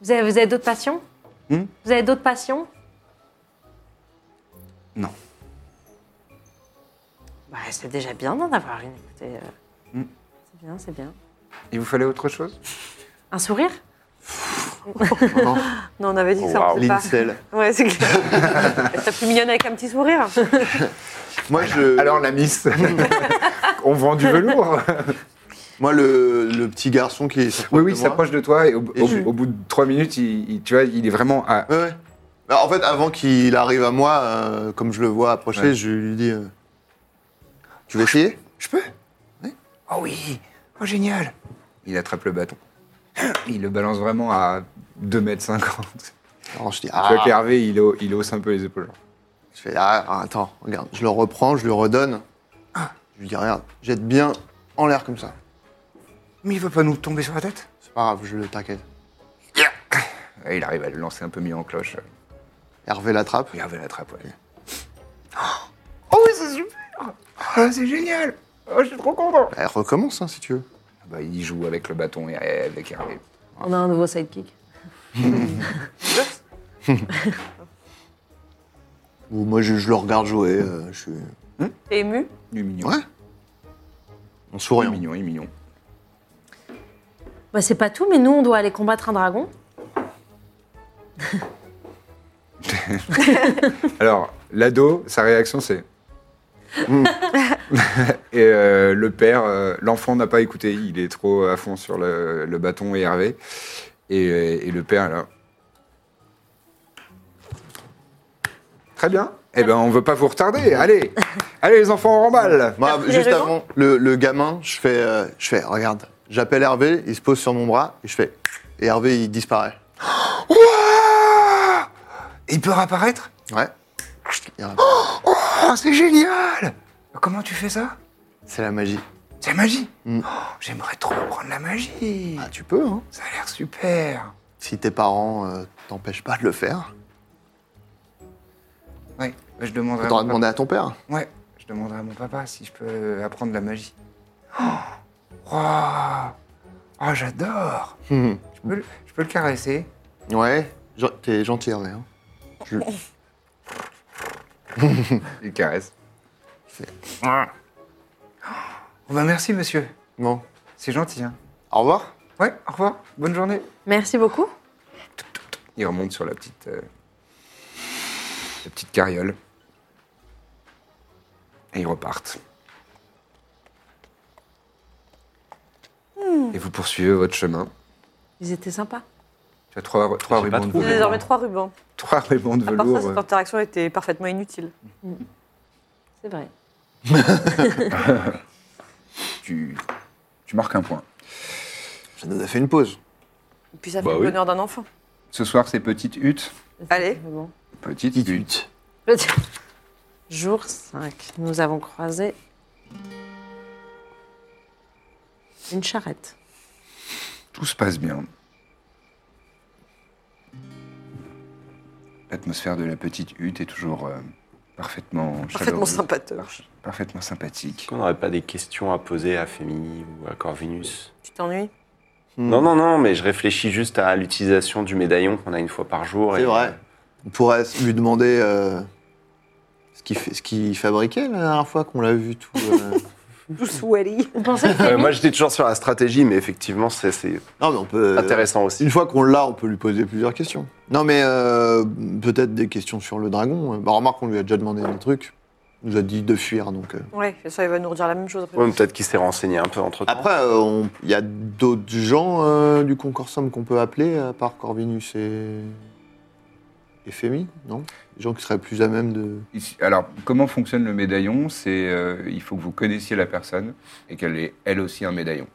S4: Vous avez, vous avez d'autres passions
S1: Hmm
S4: Vous avez d'autres passions
S1: Non.
S4: Bah, c'est déjà bien d'en avoir une. écoutez, euh,
S9: Mm.
S1: Hmm.
S4: C'est bien, c'est bien.
S1: Il vous fallait autre chose
S9: [laughs]
S4: Un sourire
S3: Non, on avait dit que ça,
S2: Wow.
S3: on sait pas.
S5: L'incel.
S3: Ouais, c'est clair. [laughs] Elle serait plus mignonne avec un petit sourire.
S5: Moi, je.
S1: Alors, la
S5: [laughs]
S1: miss [laughs] On vend du velours
S5: Moi, le, le petit garçon qui est.
S1: Oui, oui, il
S5: ça
S1: s'approche de toi et au,
S5: Et
S1: au-
S5: je-
S1: au bout de trois minutes, il, il- tu vois, il est vraiment à.
S5: Ouais, ouais. Alors, en fait, avant qu'il arrive à moi, euh, comme je le vois approcher,
S1: Ouais.
S5: je lui dis euh, Tu veux essayer
S1: Je peux Oh oui Oh génial [gasps] Il attrape le bâton. Il le balance vraiment à 2 mètres 50.
S5: Alors je dis,
S6: Tu vois
S5: ah,
S6: qu'Hervé, il, ha- il hausse un peu les épaules.
S5: je fais, ah, attends, regarde, je le reprends, je lui redonne. Je lui dis, regarde, jette bien en l'air comme ça.
S7: Mais il va pas nous tomber sur la tête
S5: C'est pas grave, je le t'inquiète.
S1: Et il arrive à le lancer un peu mis en cloche.
S5: Hervé l'attrape.
S1: Et Hervé l'attrape, ouais.
S7: Oh, c'est super Ah, C'est génial Oh, je suis trop content
S5: Elle recommence, hein, si tu veux.
S6: Ah
S1: Bah, il joue avec le bâton et et avec Hervé.
S4: On a un nouveau sidekick.
S5: Ou moi, je, je le regarde jouer. euh, je suis.
S3: T'es ému
S1: Il est mignon.
S5: Ouais. En
S1: Il est
S5: souriant.
S1: mignon, il est mignon.
S4: Bah, c'est pas tout, mais nous, on doit aller combattre un dragon.
S6: Alors, l'ado, sa réaction, c'est. Hmm. [laughs] et euh, le père, euh, l'enfant n'a pas écouté, il est trop à fond sur le, le bâton et Hervé. Et, euh, et le père, là. Très bien. Eh ben, on veut pas vous retarder. Allez, allez les enfants, on remballe.
S5: Moi,
S3: pris les
S5: juste
S3: rubans
S5: avant, le, le gamin, je fais, euh, je fais, regarde, j'appelle Hervé, il se pose sur mon bras, et je fais, et Hervé, il disparaît.
S6: Ouah il peut réapparaître
S5: Ouais. Il revient.
S6: Oh, c'est génial Comment tu fais ça
S5: C'est la magie.
S6: C'est la magie
S5: Mm.
S6: Oh, J'aimerais trop apprendre la magie.
S5: Ah, tu peux, hein.
S6: Ça a l'air super.
S5: Si tes parents euh, t'empêchent pas de le faire,
S1: Ouais, je demanderai. à
S5: t'auras
S1: mon
S5: demandé à ton père.
S1: papa- Ouais, je demanderai à mon papa si je peux apprendre la magie. Oh,
S6: Waouh Oh, j'adore
S5: Hum,
S1: Je peux, le- je peux le caresser.
S5: hum. ouais, gen- t'es gentil, Hervé. Hein. Je-
S1: Il caresse. Oh,
S6: Bon, bah, merci, monsieur.
S5: Bon.
S1: C'est gentil, hein.
S5: Au revoir.
S6: Ouais, au revoir. Bonne journée.
S4: Merci beaucoup.
S1: Il remonte sur la petite. euh, la petite carriole. Et ils repartent.
S3: Hmm.
S1: Et vous poursuivez votre chemin.
S4: Ils étaient sympas.
S1: Tu as trois, trois
S2: J'ai pas
S1: rubans de
S2: trouvé.
S3: J'ai
S1: velours. euh.
S3: désormais trois rubans.
S1: Trois rubans de
S3: À part ça,
S1: velours.
S3: cette interaction était parfaitement inutile.
S4: C'est vrai.
S1: Tu, tu marques un point.
S5: Ça nous a fait une pause.
S3: Et puis ça fait
S1: Bah
S3: le
S1: oui.
S3: bonheur d'un enfant.
S1: Ce soir, c'est petite hutte.
S3: Allez.
S4: Mais bon.
S1: Petite
S5: Petite
S1: hutte.
S5: hutte.
S4: Jour 5. Nous avons croisé une charrette.
S1: Tout se passe bien. L'atmosphère de la petite hutte est toujours euh, parfaitement
S3: Parfaitement
S1: chaleureuse,
S3: sympatoche.
S1: parfaitement sympathique.
S2: qu'on n'aurait pas des questions à poser à Femi ou à Corvinus
S3: Tu t'ennuies
S2: Non, non, non, mais je réfléchis juste à l'utilisation du médaillon qu'on a une fois par jour.
S5: C'est
S2: et-
S5: vrai. On pourrait lui demander euh, ce qu'il fait- ce qu'il fabriquait la dernière fois qu'on l'a vu tout. [laughs] euh.
S3: Tout sweaty.
S4: Vous pensez
S2: [laughs]
S4: que
S2: Ouais,
S4: Femi-
S2: moi, j'étais toujours sur la stratégie, mais effectivement, c'est c'est
S5: non, mais on peut. euh,
S2: intéressant
S5: Une
S2: aussi.
S5: fois qu'on l'a, on peut lui poser plusieurs questions. Non, mais euh, peut-être des questions sur le dragon. Bah, remarque, on lui a déjà demandé des trucs. Il nous a dit de fuir, donc. euh.
S3: Ouais, ça, il va nous redire la même chose après.
S2: Ouais, mais Peut-être qu'il s'est renseigné un peu entre temps.
S5: Après, euh, on- il y a d'autres gens euh, du Concorsum qu'on peut appeler, à part Corvinus et. et Femi, non Des gens qui seraient plus à même de.
S1: Ici- Alors, comment fonctionne le médaillon C'est euh, il faut que vous connaissiez la personne et qu'elle ait elle aussi un médaillon.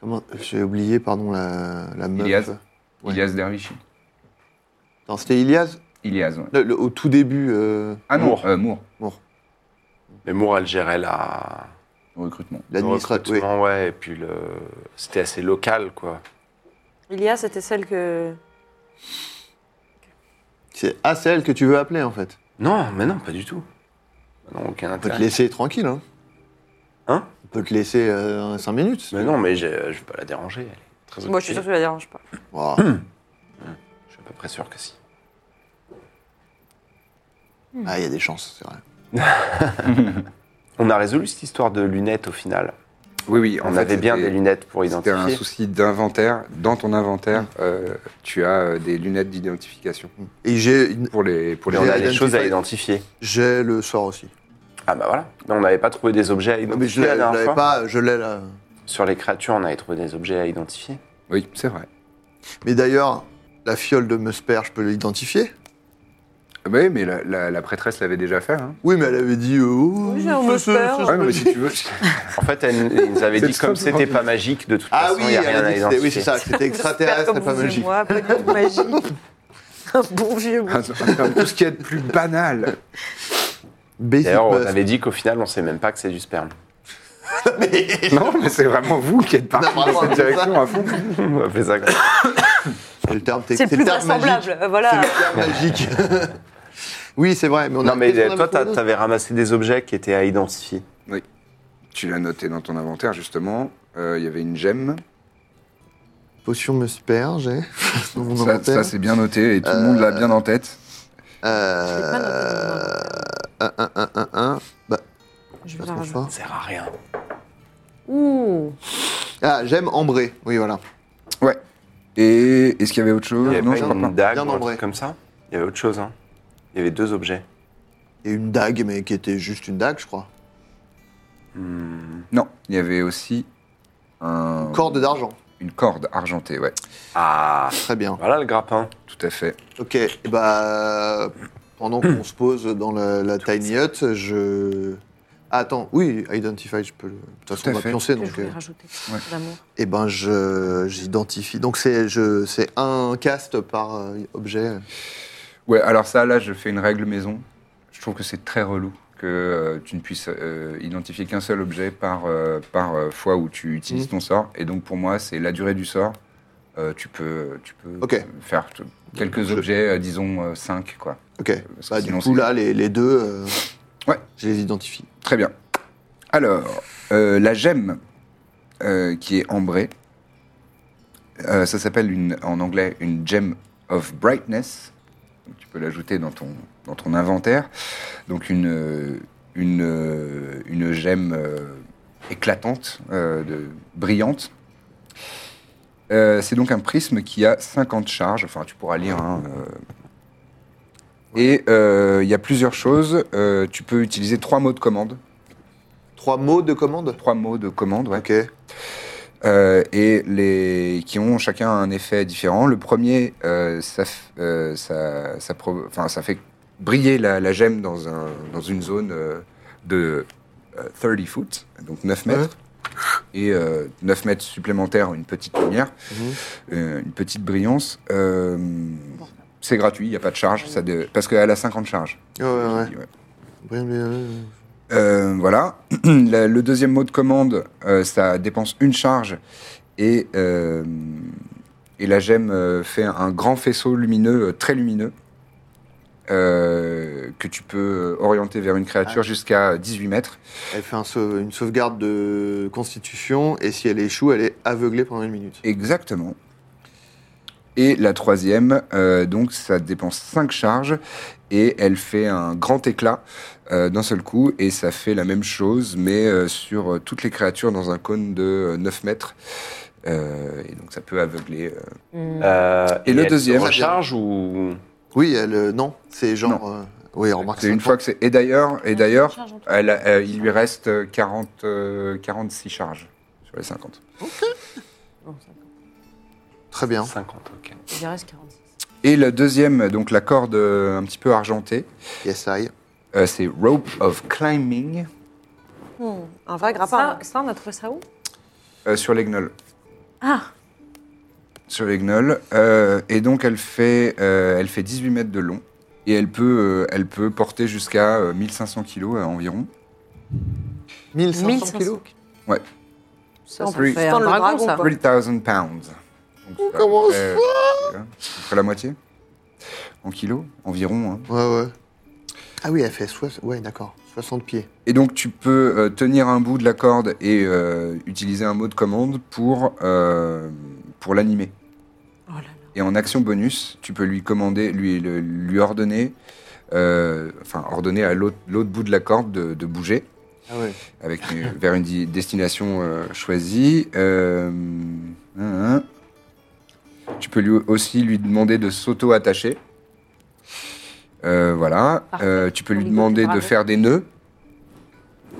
S5: Comment J'ai oublié, pardon, la, la meuf.
S1: Ilias.
S5: Ouais.
S1: Ilias Dervichi.
S5: Non, c'était Ilias
S1: Ilias. ouais.
S5: Le- le- Au tout début. euh,
S1: Ah non,
S2: Moore.
S1: euh, Moore,
S2: Mais Moore, elle gérait la...
S1: au recrutement.
S5: L'administrateur.
S2: le
S5: oui.
S2: recrutement, ouais, et puis le... c'était assez local, quoi.
S3: Ilia, c'était celle que.
S5: C'est- Ah, c'est elle que tu veux appeler en fait.
S2: Non, mais non, pas du tout. Non, aucun
S5: On peut te
S2: intérêt.
S5: laisser tranquille. Hein,
S2: Hein
S5: On peut te laisser 5 minutes. si
S2: Mais
S5: tu
S2: non, mais j'ai- euh, je vais pas la déranger. Elle est très
S3: Moi, je suis sûre
S2: occupée.
S3: que tu la déranges pas.
S5: veux. Ouah.
S2: Hum. Je suis à peu près sûr que si.
S5: Ah, il y a des chances, c'est vrai.
S2: On a résolu cette histoire de lunettes au final.
S6: Oui, oui. en
S2: On
S6: fait,
S2: avait bien
S6: c'était-
S2: des lunettes pour
S6: C'était un
S2: identifier.
S6: souci d'inventaire. Dans ton
S2: Mm.
S6: inventaire, euh, tu as euh, des lunettes d'identification
S5: Et j'ai une-
S6: pour les, pour les
S2: Mais on
S5: J'ai
S2: a des
S5: identifié.
S2: choses à identifier.
S5: j'ai le sort aussi.
S2: Ah bah voilà. Mais on n'avait pas trouvé des objets à
S5: Non, mais je
S2: identifier
S5: l'ai-
S2: la
S5: je
S2: dernière
S5: l'avais
S2: fois.
S5: pas, je l'ai là.
S2: Sur les créatures, on avait trouvé des objets à identifier.
S1: Oui, c'est vrai.
S5: Mais d'ailleurs, la fiole de Musper, je peux l'identifier
S1: Oui, mais la, la- la prêtresse l'avait déjà fait. Hein.
S5: Oui, mais elle avait dit. euh, Oh,
S3: Oui, j'ai un
S5: ce- ce-
S3: Musper.
S2: Ah,
S5: ce-
S1: Ouais, mais si tu veux, [laughs]
S2: En fait, elle, elle nous avait
S1: C'est
S2: dit comme
S1: très
S2: c'était pas magique, de toute
S5: Ah
S2: façon,
S5: oui,
S2: il n'y a
S5: elle
S2: rien
S5: a
S2: à
S5: dit que c'était-
S3: [laughs]
S2: identifier.
S5: oui, c'est ça, que c'était
S3: J'espère
S5: extraterrestre,
S3: comme
S5: c'est pas
S3: vous et
S5: magique.
S3: Moi, pas du tout magique.
S4: [laughs] Un bon vieux.
S3: [laughs]
S6: Enfin, Tout ce qu'il y a de plus banal.
S5: Basic
S2: D'ailleurs, on
S5: buzz.
S2: avait dit qu'au final, on sait même pas que c'est du sperme.
S6: Non, mais c'est vraiment vous qui êtes parti
S5: Non,
S6: dans
S5: vraiment,
S6: cette
S5: c'est
S6: direction à fond.
S2: on a fait ça. comme ça.
S5: C'est le terme, tec-
S4: C'est le plus
S5: terme
S4: vraisemblable.
S5: magique.
S4: euh, Voilà.
S5: Magique. [laughs] oui, c'est vrai. Mais on a-
S2: Non, mais
S5: qu'est-ce qu'on
S2: toi,
S5: avait
S2: t'as-
S5: trouvé
S2: t'avais ramassé des objets qui étaient à identifier.
S6: Tu l'as noté dans ton inventaire, justement. Euh, Il y avait une gemme.
S5: d'autre Potion musperge. hein, [laughs] dans mon
S1: Ça,
S5: inventaire.
S1: ça, c'est bien noté et tout
S2: Euh,
S1: le monde l'a bien en tête.
S4: Je l'ai pas noté
S5: Euh, un, un, un, un, un. Bah,
S4: Je
S5: ça
S4: vais
S5: se
S4: la
S5: mange
S4: rajouter.
S5: pas.
S2: Ça sert à rien.
S4: Ouh.
S5: Ah, j'aime ambré. Oui, voilà.
S1: Ouais. Et est-ce qu'il y avait autre chose
S2: Il y avait
S1: Non,
S2: pas
S1: je crois
S2: une
S1: pas.
S2: dague
S5: Bien
S2: ou un
S5: nombré.
S2: truc comme ça Il y avait autre chose, hein. Il y avait deux objets.
S5: Et une dague, mais qui était juste une dague, je crois.
S1: Non, il y avait aussi un-
S5: Corde d'argent.
S1: une corde argentée, ouais.
S2: Ah
S5: Très bien.
S2: Voilà le grappin.
S1: Tout à fait.
S5: Ok, et bah, pendant
S1: Hmm.
S5: qu'on se pose dans la, la tiny hut, je. Ah, attends, oui, identify, je peux. le- De toute façon,
S1: à
S5: on va
S1: fait.
S5: pioncer,
S4: Que je
S5: donc.
S4: voulais
S5: euh,
S4: rajouter.
S1: Ouais.
S4: L'amour.
S5: Eh ben, je j'identifie. Donc, c'est je- c'est un cast par euh, objet.
S1: Ouais, alors ça, là, je fais une règle maison. Je trouve que c'est très relou que euh, tu ne puisses euh, identifier qu'un seul objet par, euh, par euh, fois où tu utilises
S5: Mhm.
S1: ton sort. Et donc, pour moi, c'est la durée du sort. Euh, tu peux, tu peux
S5: Ok.
S1: euh, faire t- quelques objets, euh, disons 5, quoi.
S5: Ok.
S1: Parce que
S5: Bah, du
S1: sinon,
S5: coup,
S1: c'est-
S5: là, les, les deux, euh,
S1: Ouais.
S5: je les identifie.
S1: Très bien. Alors, euh, la gemme euh, qui est ambrée, euh, ça s'appelle une- en anglais une gem of brightness. Donc, tu peux l'ajouter dans ton, dans ton inventaire. Donc une, euh, une, euh, une gemme euh, éclatante, euh, de, brillante. Euh, c'est donc un prisme qui a 50 charges, enfin tu pourras lire. hein, euh, et euh, il y a plusieurs choses. Euh, tu peux utiliser trois mots de commande
S5: Trois mots de commande
S1: trois mots de commande, ouais.
S5: Ok.
S1: Euh, et les qui ont chacun un effet différent. Le premier, euh, ça, f- euh, ça, ça, pro- enfin, ça fait briller la, la gemme dans, un, dans une zone euh, de euh, 30 foot, donc 9
S5: Ouais.
S1: mètres. Et euh, 9 mètres supplémentaires, une petite lumière,
S5: Mhm.
S1: euh, une petite brillance. Euh, c'est gratuit, il n'y a pas de charge, ça dé- parce qu'elle a 50 charges.
S5: Ouais, ouais, Ah ouais.
S1: J'ai dit, ouais.
S5: Bien, bien, bien.
S1: Euh, voilà. [clears throat] le, le deuxième mot de commande, euh, ça dépense une charge et, euh, et la gemme euh, fait un grand faisceau lumineux, euh, très lumineux, euh, que tu peux orienter vers une créature jusqu'à 18 mètres.
S5: Elle fait un sau- une sauvegarde de constitution et si elle échoue, elle est aveuglée pendant une minute.
S1: Exactement. Et la troisième, euh, donc ça dépense 5 charges et elle fait un grand éclat euh, d'un seul coup et ça fait la même chose mais euh, sur euh, toutes les créatures dans un cône de 9 mètres. Euh, et donc ça peut aveugler. euh.
S4: Hmm.
S2: Euh,
S1: Et le
S2: elle se
S1: deuxième
S2: Recharge ou.
S5: Oui, elle. euh, non, c'est genre. euh, oui, remarque.
S1: C'est une fois que c'est. Et d'ailleurs, et d'ailleurs,
S4: Charge en tout.
S1: elle a- euh, il lui reste euh, 40, euh, 46 charges sur les 50.
S4: Non, ça compte.
S5: Très bien.
S2: 50, ok.
S4: Je dirais c'est 46.
S1: Et le deuxième, donc la corde euh, un petit peu argentée,
S5: Yes, I.
S1: euh, c'est rope of climbing
S4: Hmm, Un vrai grappin. Ça, ça, on a trouvé ça où
S1: euh, sur les gnolls.
S4: Ah
S1: sur les gnolls. Euh, et donc, elle fait, euh, elle fait 18 mètres de long. Et elle peut, euh, elle peut porter jusqu'à euh, 1500 kilos euh, environ.
S5: 1500,
S4: 1500
S5: kilos.
S1: Ouais.
S4: Ça, on
S1: c'est
S4: peut
S1: plus-
S4: faire un
S3: le
S4: dragon,
S3: dragon,
S4: ça.
S3: quoi.
S1: 3000 pounds. Donc, c'est à
S5: comment
S1: peu près- euh, à peu près la moitié En kilos, environ. hein.
S5: Ouais, ouais. Ah oui, elle fait. soix- Ouais, d'accord. 60 pieds.
S1: Et donc, tu peux euh, tenir un bout de la corde et euh, utiliser un mot de commande pour, euh, pour l'animer.
S4: Oh là là.
S1: Et en action bonus, tu peux lui commander, lui, le- lui ordonner, euh, enfin ordonner à l'autre l'autre bout de la corde de, de bouger
S5: Ah ouais.
S1: avec une- vers une di- destination euh, choisie. Euh, hein, hein. Tu peux lui aussi lui demander de s'auto-attacher. Euh, voilà.
S4: Parfait.
S1: Euh, tu peux lui
S4: On rigole
S1: demander
S4: du
S1: de
S4: dragon.
S1: faire des nœuds.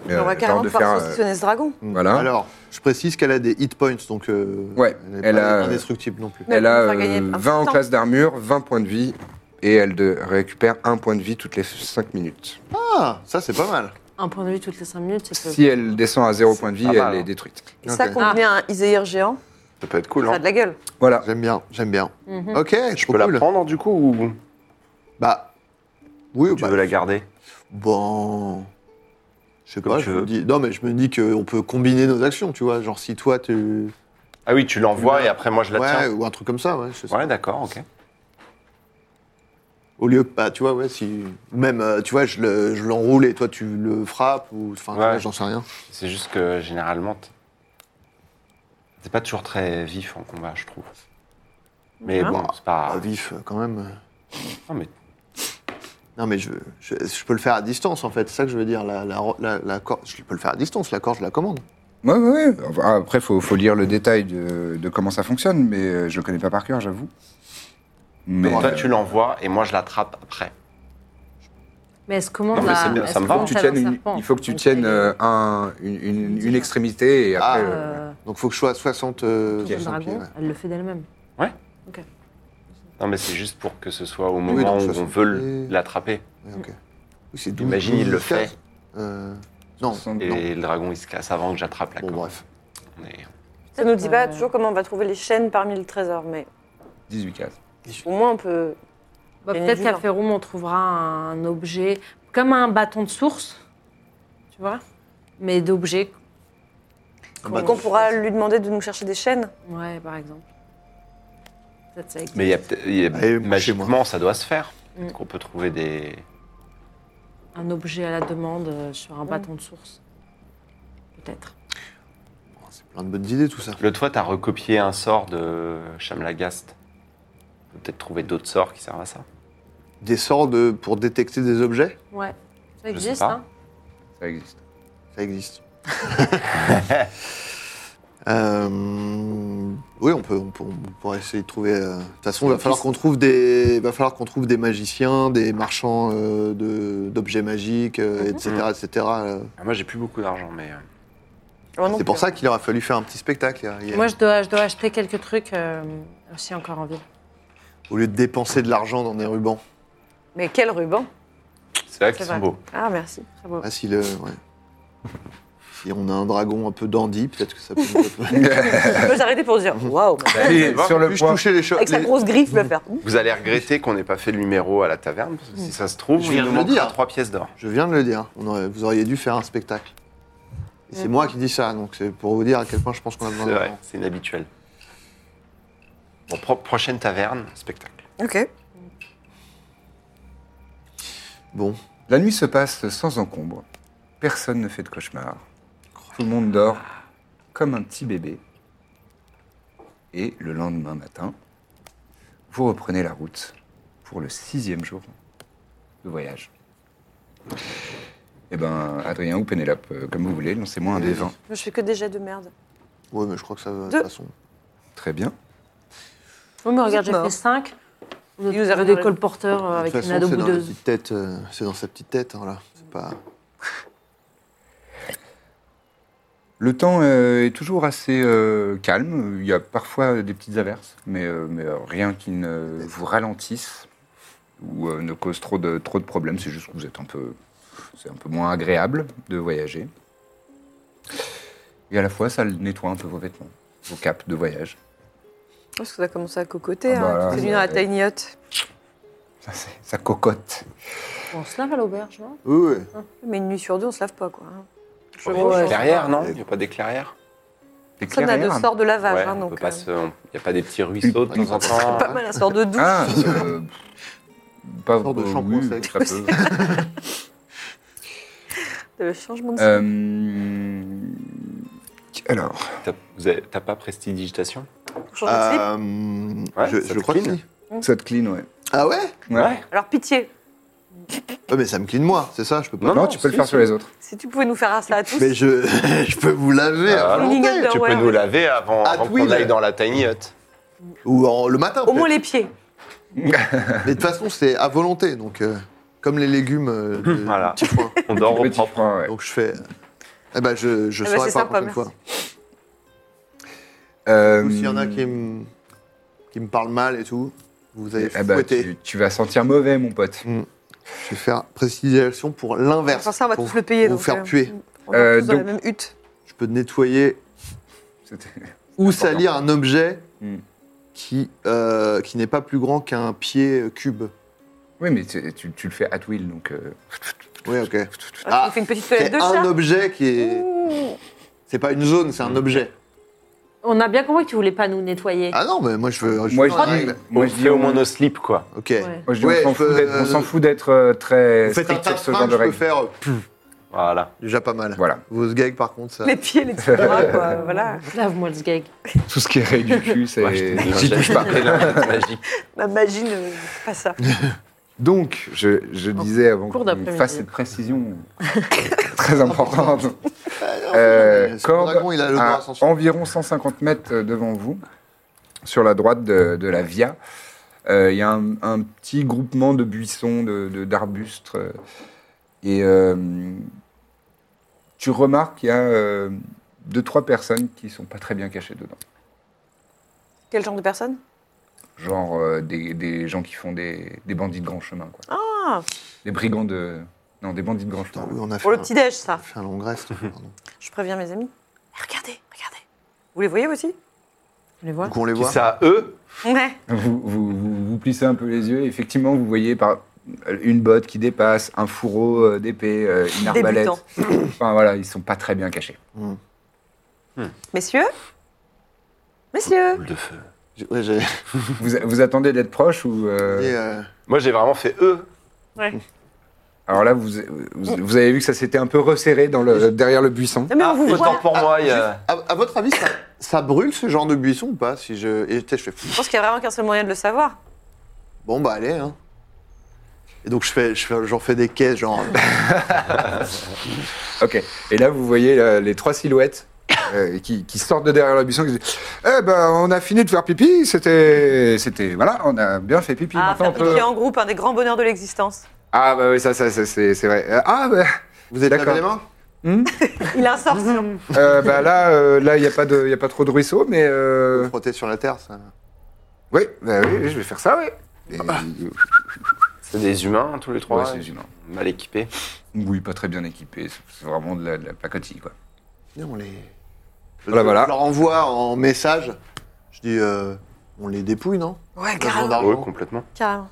S3: On
S1: Euh,
S3: va
S1: genre
S3: carrément
S1: de
S3: pouvoir
S1: faire, euh,
S3: saucissonner ce dragon.
S1: voilà.
S5: Alors, je précise qu'elle a des hit points, donc. euh,
S1: Ouais,
S5: Elle,
S1: elle
S5: est
S1: a-
S5: pas indestructible non plus.
S3: Mais
S1: elle
S3: on
S1: a
S3: va faire gagner
S1: euh,
S3: un
S1: 20 en
S3: temps.
S1: classe d'armure, 20 points de vie, et elle de- récupère un point de vie toutes les 5 minutes.
S5: Ah, ça c'est pas mal.
S4: Un point de vue toutes les 5 minutes, c'est peu.
S1: Si elle descend à zéro point de vie,
S2: pas
S1: elle
S2: mal,
S1: est
S2: hein.
S1: détruite.
S4: Ah.
S3: Et ça,
S5: Ok.
S3: combien un Iséir géant
S2: Ça peut être cool,
S3: Ça a
S2: hein.
S3: de la gueule.
S6: Voilà.
S5: J'aime bien, j'aime bien. Ok,
S2: Je
S5: trop
S2: peux
S5: cool.
S2: la prendre du coup ou
S5: Bah, oui,
S2: tu
S5: bah,
S2: veux la garder
S5: Bon. Je sais
S2: Comme
S5: pas,
S2: tu
S5: je me
S2: veux.
S5: dis. Non, mais je me dis qu'on peut combiner nos actions, tu vois. Genre, si toi, tu.
S2: Ah oui, tu l'envoies et après moi je la
S5: Ouais,
S2: tiens.
S5: ou un truc comme ça, ouais. je sais
S2: Ouais, d'accord, ok.
S5: Au lieu que, bah, tu vois, ouais, si. ou Même, euh, tu vois, je le- je l'enroule et toi, tu le frappes, ou. Enfin, tu vois,
S2: Ouais.
S5: j'en sais rien.
S2: C'est juste que généralement, t'es- t'es pas toujours très vif en combat, je trouve. Mais bon, c'est
S5: Ah,
S2: pas.
S5: vif, quand même.
S2: Non, mais
S5: Non, mais je, je, je peux le faire à distance, en fait. C'est ça que je veux dire. La, la, la, la corde- je peux le faire à distance, la corde, je la commande.
S1: Ouais, ouais, ouais. Enfin, Après, il faut, faut lire le détail de, de comment ça fonctionne, mais euh, je le connais pas par cœur, j'avoue. Mais
S2: toi
S1: euh,
S2: tu l'envoies et moi je l'attrape après.
S4: Mais est-ce comment
S2: Non,
S4: on
S2: mais
S4: la-
S2: c'est bien,
S4: est-ce
S2: ça me
S4: qu'on
S2: va.
S4: fait
S6: Tu
S4: un
S6: tiennes une-
S4: serpent
S6: il faut que tu
S4: Donc,
S6: tiennes
S4: elle est-
S6: euh, un- une, une- une extrémité et
S5: Ah,
S6: après. euh,
S4: Euh,
S5: Donc, faut que je sois à 60. euh,
S4: autour du
S5: 60 pieds,
S4: dragon,
S5: ouais.
S4: elle le fait d'elle-même.
S2: Non, mais c'est juste pour que ce soit au
S5: Oui,
S2: moment
S5: donc,
S2: où
S5: ça,
S2: on
S5: c'est-
S2: veut l- l'attraper.
S5: Ouais, ok. Oui, c'est douze-
S2: Imagine, il le
S5: douze, quinze.
S2: fait
S5: Euh, non,
S2: et
S5: non.
S2: le dragon il se casse avant que j'attrape la
S5: Bon, bah.
S2: corde.
S5: bref.
S2: On est-
S3: Ça nous dit pas
S4: Euh,
S3: toujours comment on va trouver les chaînes parmi le trésor, mais
S1: 18 cases.
S3: au moins on peut.
S4: Bah,
S3: Gagner
S4: Peut-être
S3: du
S4: qu'à
S3: temps.
S4: Féroum, on trouvera un objet, comme un bâton de source, tu vois, mais d'objets.
S3: Donc on pourra lui demander de nous chercher des chaînes.
S4: Ouais, par exemple. Peut-être ça existe.
S2: Mais il y a peut-être- il y a-
S5: Allez, Bah, moi, chez moi.
S2: magiquement, ça doit se faire.
S4: Mm.
S2: Peut-être qu'on peut trouver des.
S4: Un objet à la demande euh, sur un bâton de source. Peut-être.
S5: C'est plein de bonnes idées, tout ça.
S2: L'autre fois, t'as recopié un sort de Chamlagast. On peut Peut-être trouver d'autres sorts qui servent à ça.
S5: Des sorts de, pour détecter des objets,
S4: Ouais. Ça
S2: sais
S4: existe,
S2: pas.
S4: hein
S1: Ça existe.
S5: ça existe. [laughs] Euh, oui, on peut, on peut- on pourrait essayer de trouver. euh, De toute façon, il va falloir qu'on trouve des, il va falloir qu'on trouve des magiciens, des marchands euh, de- d'objets magiques, euh,
S2: Mhm.
S5: etc., etc. euh.
S2: Ah, moi, j'ai plus beaucoup d'argent, mais. euh,
S3: Moi non
S5: C'est pour
S3: plus.
S5: ça qu'il aura fallu faire un petit spectacle. hier. Hier.
S4: Moi, je dois, je dois acheter quelques trucs euh, aussi encore en ville.
S5: Au lieu de dépenser de l'argent dans des rubans.
S3: Mais quel ruban
S2: C'est là qu'ils
S4: C'est
S2: sont
S4: vrai.
S2: beaux.
S3: Ah merci.
S4: Très beau.
S5: Ah, si le. ouais.
S2: [laughs]
S5: Si on a un dragon un peu dandy, peut-être que ça peut. nous-
S2: [laughs]
S3: Moi j'arrêtais pour dire waouh.
S5: Bah,
S1: Et
S2: voir,
S1: sur le
S5: Puis-je
S1: point,
S5: toucher les choses
S3: Avec sa grosse griffe, il va faire.
S2: Vous allez regretter qu'on n'ait pas fait le numéro à la taverne. parce que Si ça se trouve,
S5: Je
S2: il
S5: viens
S2: nous
S5: de le
S2: manquera
S5: dire.
S2: trois pièces d'or.
S5: Je viens de le dire. On aurait- vous auriez dû faire un spectacle. Et c'est moi qui dis ça, donc c'est pour vous dire à quel point je pense qu'on a besoin
S2: C'est vrai,
S5: d'argent.
S2: c'est inhabituel. Bon, pro- prochaine taverne, spectacle.
S3: Ok.
S5: Bon,
S1: La nuit se passe sans encombre. Personne ne fait de cauchemar. Tout le monde dort comme un petit bébé. Et le lendemain matin, vous reprenez la route pour le sixième jour de voyage. Eh ben, Adrien ou Pénélope, euh, comme vous voulez, lancez-moi un des 20.
S3: Moi, je fais que des jets de merde.
S5: ouais, mais je crois que ça va de
S3: Deux.
S5: toute façon.
S1: Très bien.
S4: Oui, mais regarde, j'ai
S3: mort.
S4: fait 5. Vous
S3: nous a
S4: avez des
S3: regardé.
S4: colporteurs euh,
S5: De toute
S4: avec une
S5: façon,
S4: ado
S5: c'est dans, la
S4: boudeuse.
S5: petite tête, euh, c'est dans sa petite tête, hein, là. C'est pas.
S1: Le temps euh, est toujours assez euh, calme. Il y a parfois des petites averses, mais, euh, mais, euh, rien qui ne vous ralentisse ou euh, ne cause trop de, trop de problèmes. C'est juste que vous êtes un peu, c'est un peu moins agréable de voyager. Et à la fois, ça nettoie un peu vos vêtements, vos capes de voyage.
S3: Parce que ça a commencé à cocoter.
S1: Ah bah
S3: hein,
S1: là,
S3: tout est venu
S1: ouais.
S3: dans la tiny hut.
S1: Ça, c'est- ça cocotte.
S4: On se lave à l'auberge, non
S5: Oui, oui.
S3: Mais une nuit sur deux, on se lave pas quoi. hein. Je
S2: Bon,
S3: vois.
S2: Clairière, non Il n'y a pas des clairières
S1: Des
S3: Personne n'a de
S1: clairières.
S3: sort de lavage.
S2: Ouais,
S3: hein,
S2: on
S3: donc,
S2: peut pas
S3: euh,
S2: se- on- Il n'y a pas des petits ruisseaux de temps en temps
S3: pas mal un sort de douche.
S1: Ah,
S2: [laughs]
S1: euh, pas
S5: Sort de
S1: euh,
S5: shampoing
S1: oui,
S5: sec.
S1: ça
S5: [laughs]
S1: peut.
S3: Le changement de
S1: Euh, alors,
S2: T'as- vous avez- T'as pas prestidigitation
S3: changement de slip.
S5: Euh,
S2: Ouais,
S5: je
S2: ça
S5: je
S2: te
S5: crois que
S2: clean.
S5: si.
S1: ça te clean, ouais.
S5: Ah ouais
S2: Ouais.
S3: Alors pitié,
S5: Ouais, mais ça me clean moi, c'est ça, je peux pas.
S2: Non,
S1: non, tu peux le
S2: si,
S1: faire
S2: si.
S1: sur les autres.
S3: si tu pouvais nous faire ça à tous.
S5: Mais je, [laughs] je peux vous laver
S2: Ah,
S5: à
S2: non.
S5: volonté.
S3: Cleaning
S2: Tu peux
S3: underwear,
S2: nous
S3: ouais.
S2: laver avant,
S5: Ah,
S2: avant
S5: oui,
S2: qu'on
S5: là.
S2: aille dans la tiny hut.
S5: Ou en- le matin.
S3: Au
S5: peut-être.
S3: moins les pieds.
S5: Mais de toute façon, c'est à volonté, donc euh, comme les légumes euh,
S2: [laughs]
S5: de-
S2: Voilà.
S5: du petit foin.
S2: On dort au
S1: Petit
S2: propre.
S1: frein, ouais.
S5: Donc je fais. Eh ben, je, je
S3: Eh ben,
S5: saurai
S3: c'est
S5: pas la
S3: sympa,
S5: prochaine
S3: merci.
S5: fois.
S1: Euh,
S5: Ou s'il y en a qui me, qui me parlent mal et tout, vous allez
S1: eh ben,
S5: fouetter.
S1: tu, tu vas sentir mauvais, mon pote.
S5: Je vais faire précisation pour l'inverse.
S3: Enfin ça, on va
S5: pour
S3: tous le payer.
S5: Vous
S3: donc,
S5: faire
S3: euh,
S5: puer.
S3: On est
S1: Euh,
S3: tous dans la
S1: donc-
S3: même hutte.
S5: Je peux nettoyer
S1: C'était-
S5: ou salir un objet
S1: Hmm.
S5: qui, euh, qui n'est pas plus grand qu'un pied cube.
S1: Oui, mais tu, tu- tu le fais at will, donc. euh,
S5: Oui, ok.
S3: Ouais,
S5: Ah,
S3: tu fais une petite
S5: C'est
S3: pelette de
S5: un
S3: chat.
S5: objet qui est. C'est pas une zone, c'est un objet.
S4: On a bien compris que tu voulais pas nous nettoyer.
S5: Ah non, mais moi je veux. je
S1: Moi,
S5: veux-
S1: je dis.
S2: On
S1: Moi, je dis
S2: fait au moins nos slips, quoi.
S5: Ok.
S4: Ouais.
S1: moi, je dis,
S5: Ouais,
S1: on s'en
S5: je peux-
S1: fout d'être- on s'en fout d'être euh, très
S5: Vous faites un
S1: strict sur ce
S5: tapin,
S1: genre
S5: je
S1: de
S5: peux
S1: règles.
S5: faire. euh,
S2: Voilà.
S5: Déjà pas mal.
S1: Voilà.
S5: Vos gags, par contre, ça.
S3: Les pieds, les petits bras, [laughs] quoi. Voilà.
S4: Lave-moi le sgeg.
S1: Tout ce qui est raid du cul,
S2: Ouais, je
S1: c'est.
S2: t'ai dit,
S1: J'y
S2: j'ai-
S1: touche pas.
S2: j'ai [laughs] la magie.
S3: Ma magie ne pas ça.
S6: Donc, je, je disais avant
S4: cours
S6: qu'on
S4: d'après-midi.
S1: Face cette précision [laughs] très importante.
S5: mais
S1: Euh,
S5: ce
S1: Corbe
S5: dragon, il a Ah, le bras
S1: à
S5: sans son-
S1: environ 150 mètres euh, devant vous, sur la droite de, de la via. Euh, Il y a un, un petit groupement de buissons, de- de- d'arbustes. euh, et euh, tu remarques qu'il y a euh, deux, trois personnes qui sont pas très bien cachées dedans.
S3: Quel genre de personne
S1: Genre euh, des, des gens qui font des, des bandits de grand chemin. Quoi.
S3: Ah
S1: Des brigands de... Non, des bandits de grand chemin.
S5: Putain, oui, on a fait,
S3: Pour le
S5: un,
S3: petit-déj, ça.
S5: on a fait un long
S3: [laughs]
S5: reste. pardon.
S3: Je préviens mes amis. Eh, regardez, regardez. Vous les voyez aussi
S4: Tu les vois
S5: Donc on les
S2: Puis
S5: voit.
S2: c'est à eux.
S3: Ouais.
S1: Vous, vous, vous, vous plissez un peu les yeux, et effectivement, vous voyez par une botte qui dépasse, un fourreau euh, d'épée, euh, une arbalète.
S3: Débutant.
S1: enfin voilà, ils sont pas très bien cachés.
S3: Messieurs Messieurs
S2: Boule de feu.
S5: J'ai- Ouais, j'ai.
S1: Vous, vous attendez d'être proche ou euh,
S5: Et, euh,
S2: Moi, j'ai vraiment fait eux.
S1: alors là vous, vous, vous avez vu que ça s'était un peu resserré dans le, derrière le buisson.
S3: Non, mais
S5: Ah,
S3: on vous
S2: autant
S3: voit.
S2: pour moi, il y
S1: Euh,
S2: a-
S5: à, à votre avis, ça, ça brûle ce genre de buisson ou pas Si je. Et tu sais, je fais.
S3: Je pense qu'il y a vraiment qu'un seul moyen de le savoir.
S5: Bon bah allez hein. Et donc je fais, je fais- j'en fais des caisses genre. [laughs]
S1: Ok. Et là vous voyez là, les trois silhouettes euh, qui, qui sortent de derrière le buisson. Qui disent, eh ben on a fini de faire pipi. C'était c'était voilà, on a bien fait pipi.
S3: Ah,
S1: Maintenant,
S3: faire
S1: on peut-
S3: pipi en groupe, un des grands bonheurs de l'existence.
S1: Ah bah oui ça, ça, ça, c'est c'est vrai. Euh, ah bah,
S5: Vous êtes lavé
S1: D'accord.
S5: les mains
S3: Il a
S5: [laughs]
S3: un sort sur-
S1: euh, bah là euh, là il y a pas de il y a pas trop de ruisseau mais euh,
S5: Frotter sur la terre ça.
S1: oui bah oui je vais faire ça oui. Et-
S2: C'est des humains, hein, tous les trois.
S1: Ouais, c'est des humains.
S2: Mal équipés.
S1: Oui pas très bien équipé. C'est vraiment de la, de la pacotille quoi.
S5: Viens, on les.
S1: Voilà, Ah
S5: je,
S1: bah voilà.
S5: je leur envoie en message. Je dis euh, on les dépouille non
S3: Ouais,
S5: Ils ont
S3: grave.
S2: Eux,
S5: d'argent.
S2: complètement.
S3: Carrément.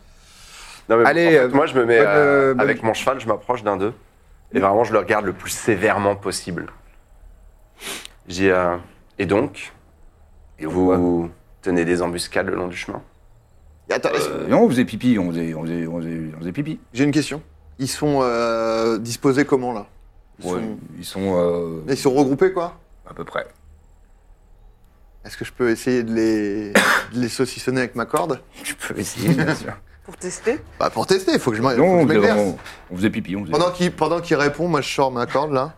S2: Non, mais
S1: Allez,
S2: en fait,
S1: euh,
S2: moi, je me mets
S1: bonne,
S2: à-
S1: euh, bonne- Mm.
S2: avec mon cheval, je m'approche d'un d'eux. Et vraiment, je le regarde le plus sévèrement possible. J'ai. euh, et donc
S1: Et
S2: Vous tenez des embuscades le long du chemin
S5: Et Attends, est-ce-
S1: Euh, non, on faisait pipi, on faisait, on faisait, on faisait- on faisait pipi.
S5: j'ai une question. Ils sont euh, disposés comment là ils,
S1: Ouais,
S5: sont,
S1: Ils sont euh,
S5: ils sont regroupés quoi
S1: à peu près.
S5: Est-ce que je peux essayer de les, [coughs] de les saucissonner avec ma corde
S1: Tu peux essayer, bien [laughs] sûr.
S3: Pour tester.
S5: Bah pour tester, il faut que je m'en- faut
S1: non,
S5: que
S1: on
S5: je
S1: faisait,
S5: m'exerce.
S1: euh, on- on faisait pipi, on faisait.
S5: Pendant qu'il pendant qu'il répond, moi je sors ma corde là.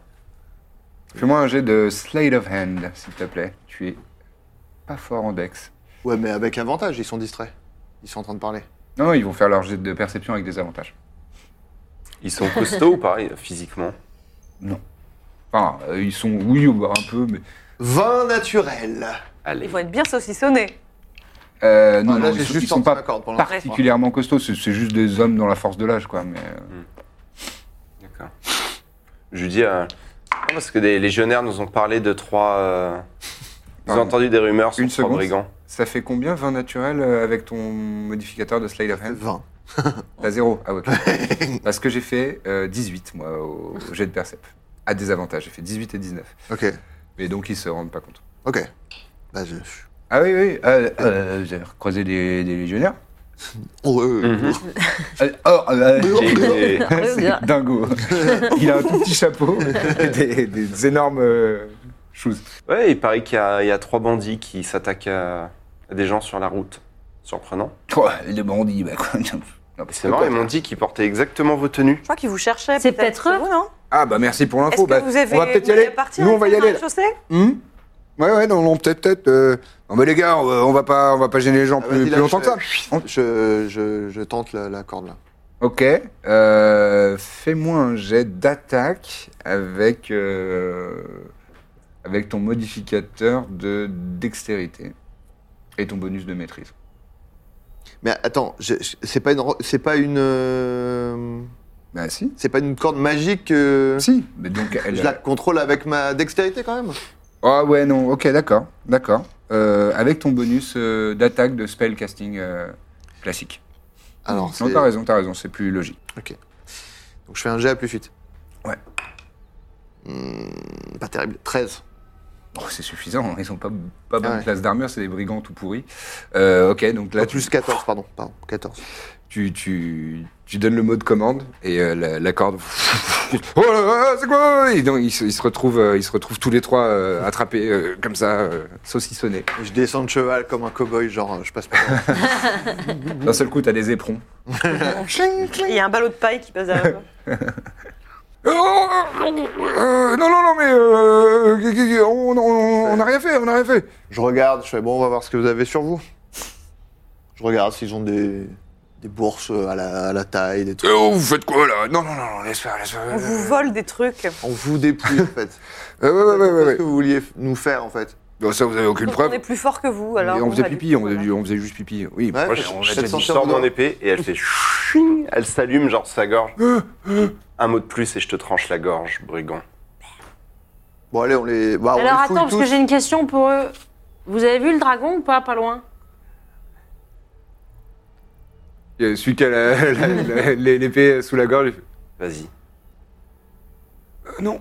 S1: Fais-moi un jet de slate of hand, s'il te plaît. Tu es pas fort en dex.
S5: Ouais mais avec avantage, ils sont distraits. Ils sont en train de parler.
S1: Non, ils vont faire leur jet de perception avec des avantages.
S2: Ils [laughs] sont costauds ou pas,
S1: euh,
S2: physiquement
S1: Enfin, euh, ils sont, oui, un peu, mais.
S5: Vin naturel.
S2: Allez.
S3: Ils vont être bien saucissonnés.
S1: Euh, non,
S5: Ah, là,
S1: non,
S5: j'ai
S1: ils,
S5: juste
S1: ils sont
S5: sorti
S1: pas
S5: ma corde pour l'instant.
S1: particulièrement costauds. C'est c'est juste des hommes dans la force de l'âge, quoi. Mais euh,
S2: D'accord. Je lui dis. euh, non, parce que des légionnaires nous ont parlé de trois. euh, ils ont
S1: Pardon.
S2: entendu des rumeurs sur
S1: Une
S2: trois
S1: seconde.
S2: brigands.
S1: ça fait combien 20 naturel euh, avec ton modificateur de slate of hand
S5: 20.
S1: T'as zéro [laughs] Ah ouais. Parce que j'ai fait euh, 18, moi, [laughs] au au jet de Percep. À désavantage, j'ai fait 18 et 19.
S5: Ok,
S1: Mais donc, ils se rendent pas compte.
S5: ok. Bah, je... je-
S1: Ah oui, oui. euh, euh, vous avez croisé des, des légionnaires
S5: Oh, euh,
S2: Mhm.
S1: Euh, Oh, [laughs] euh,
S2: J'ai été-
S1: [laughs] c'est dingo. Il a un tout petit chapeau [laughs] et des, des énormes euh, choses.
S2: Ouais, il paraît qu'il y, a- il y a trois bandits qui s'attaquent à, à des gens sur la route. Surprenant.
S1: Oh, les bandits, bah quoi. [laughs] non, non,
S2: C'est marrant, ils m'ont dit qu'ils portaient exactement vos tenues.
S3: Je crois qu'ils vous cherchaient.
S4: C'est peut-être eux.
S3: vous, non
S1: Ah bah merci pour
S3: Est-ce
S1: l'info.
S3: que
S1: Bah,
S3: vous avez.
S1: on va peut-être y
S3: vous allez
S1: aller.
S3: partir
S1: Nous, on
S3: avec
S1: va y
S3: ça dans
S1: aller.
S3: le
S1: là.
S3: chaussée
S1: Hmm ouais, ouais, non, non, peut-être, peut-être. euh, Non mais les gars, on va- on va pas, on va pas gêner les gens
S5: Ah,
S1: plus,
S5: vas-y,
S1: plus
S5: là, je-
S1: longtemps que ça. On-
S5: Je, je, je tente la, la corde là.
S1: Ok, euh, fais-moi un jet d'attaque avec, euh, avec ton modificateur de dextérité et ton bonus de maîtrise.
S5: Mais attends, je- je- c'est pas une. ro- C'est pas une. euh,
S1: Bah si.
S5: C'est pas une corde magique. euh,
S1: Si, mais donc elle,
S5: Je la contrôle avec ma dextérité quand même.
S1: Ah ouais, non, ok, d'accord, d'accord. Euh, avec ton bonus euh, d'attaque de spell casting euh, classique.
S5: Alors, c'est-
S1: Non, t'as raison, t'as raison, c'est plus logique.
S5: Donc je fais un jet à plus vite.
S1: Ouais.
S5: Hmm, pas terrible. 13.
S1: Oh, c'est suffisant, ils ont pas, pas bonne
S5: Ah ouais.
S1: classe d'armure, c'est des brigands tout pourris. Euh, ok, donc là,
S5: Ah,
S1: tu,
S5: plus 14, pardon. Pardon, 14.
S1: tu, tu, tu donnes le mot de commande et euh, la, la corde. [laughs] oh là là, c'est quoi et donc, ils, se- ils se retrouvent, euh, ils se retrouvent tous les trois euh, attrapés euh, comme ça, euh, saucissonnés.
S5: Et je descends de cheval comme un cow-boy, genre euh, je passe pas.
S1: D'un seul coup, t'as des éperons.
S5: [laughs]
S3: Il y a un ballot de paille qui passe derrière
S1: [laughs]
S3: toi.
S1: Oh, euh, non, non, non, mais euh, qui- qui- qui- on on- on n'a rien fait, on n'a rien fait.
S5: je regarde, je fais bon, on va voir ce que vous avez sur vous. Je regarde s'ils ont des, des bourses euh, à la, à la taille, des trucs.
S1: Oh, vous faites quoi là Non, non, non, non, laisse faire, laisse faire.
S3: On vous vole des trucs.
S5: On vous dépouille en fait.
S1: Euh, [laughs] ouais, ouais, ouais,
S5: Qu'est-ce
S1: ouais,
S5: que
S1: ouais.
S5: vous vouliez f- nous faire en fait
S1: Non, ça, vous avez aucune
S3: On
S1: preuve.
S3: est plus fort que vous, alors.
S1: Et on faisait
S3: va du
S1: pipi,
S3: coup,
S1: on faisait,
S3: voilà.
S1: du- on faisait juste pipi, oui.
S5: Ouais,
S2: je,
S5: je-
S2: on
S5: je
S2: a déjà
S5: sens
S2: dit, je
S5: sur
S2: sors
S5: moi.
S2: mon épée et elle fait chouing, elle s'allume genre sa gorge. Un mot de plus et je te tranche la gorge, brigand.
S5: Bon, allez, on les. Bah, on
S4: Alors
S5: les
S4: attends,
S5: fouille
S4: parce que
S5: tous.
S4: j'ai une question pour eux. Vous avez vu le dragon ou pas, pas loin
S1: Et Celui qui a la- la-
S3: [laughs]
S1: la- l'é- l'épée sous la gorge, il fait,
S2: Vas-y.
S1: euh, non.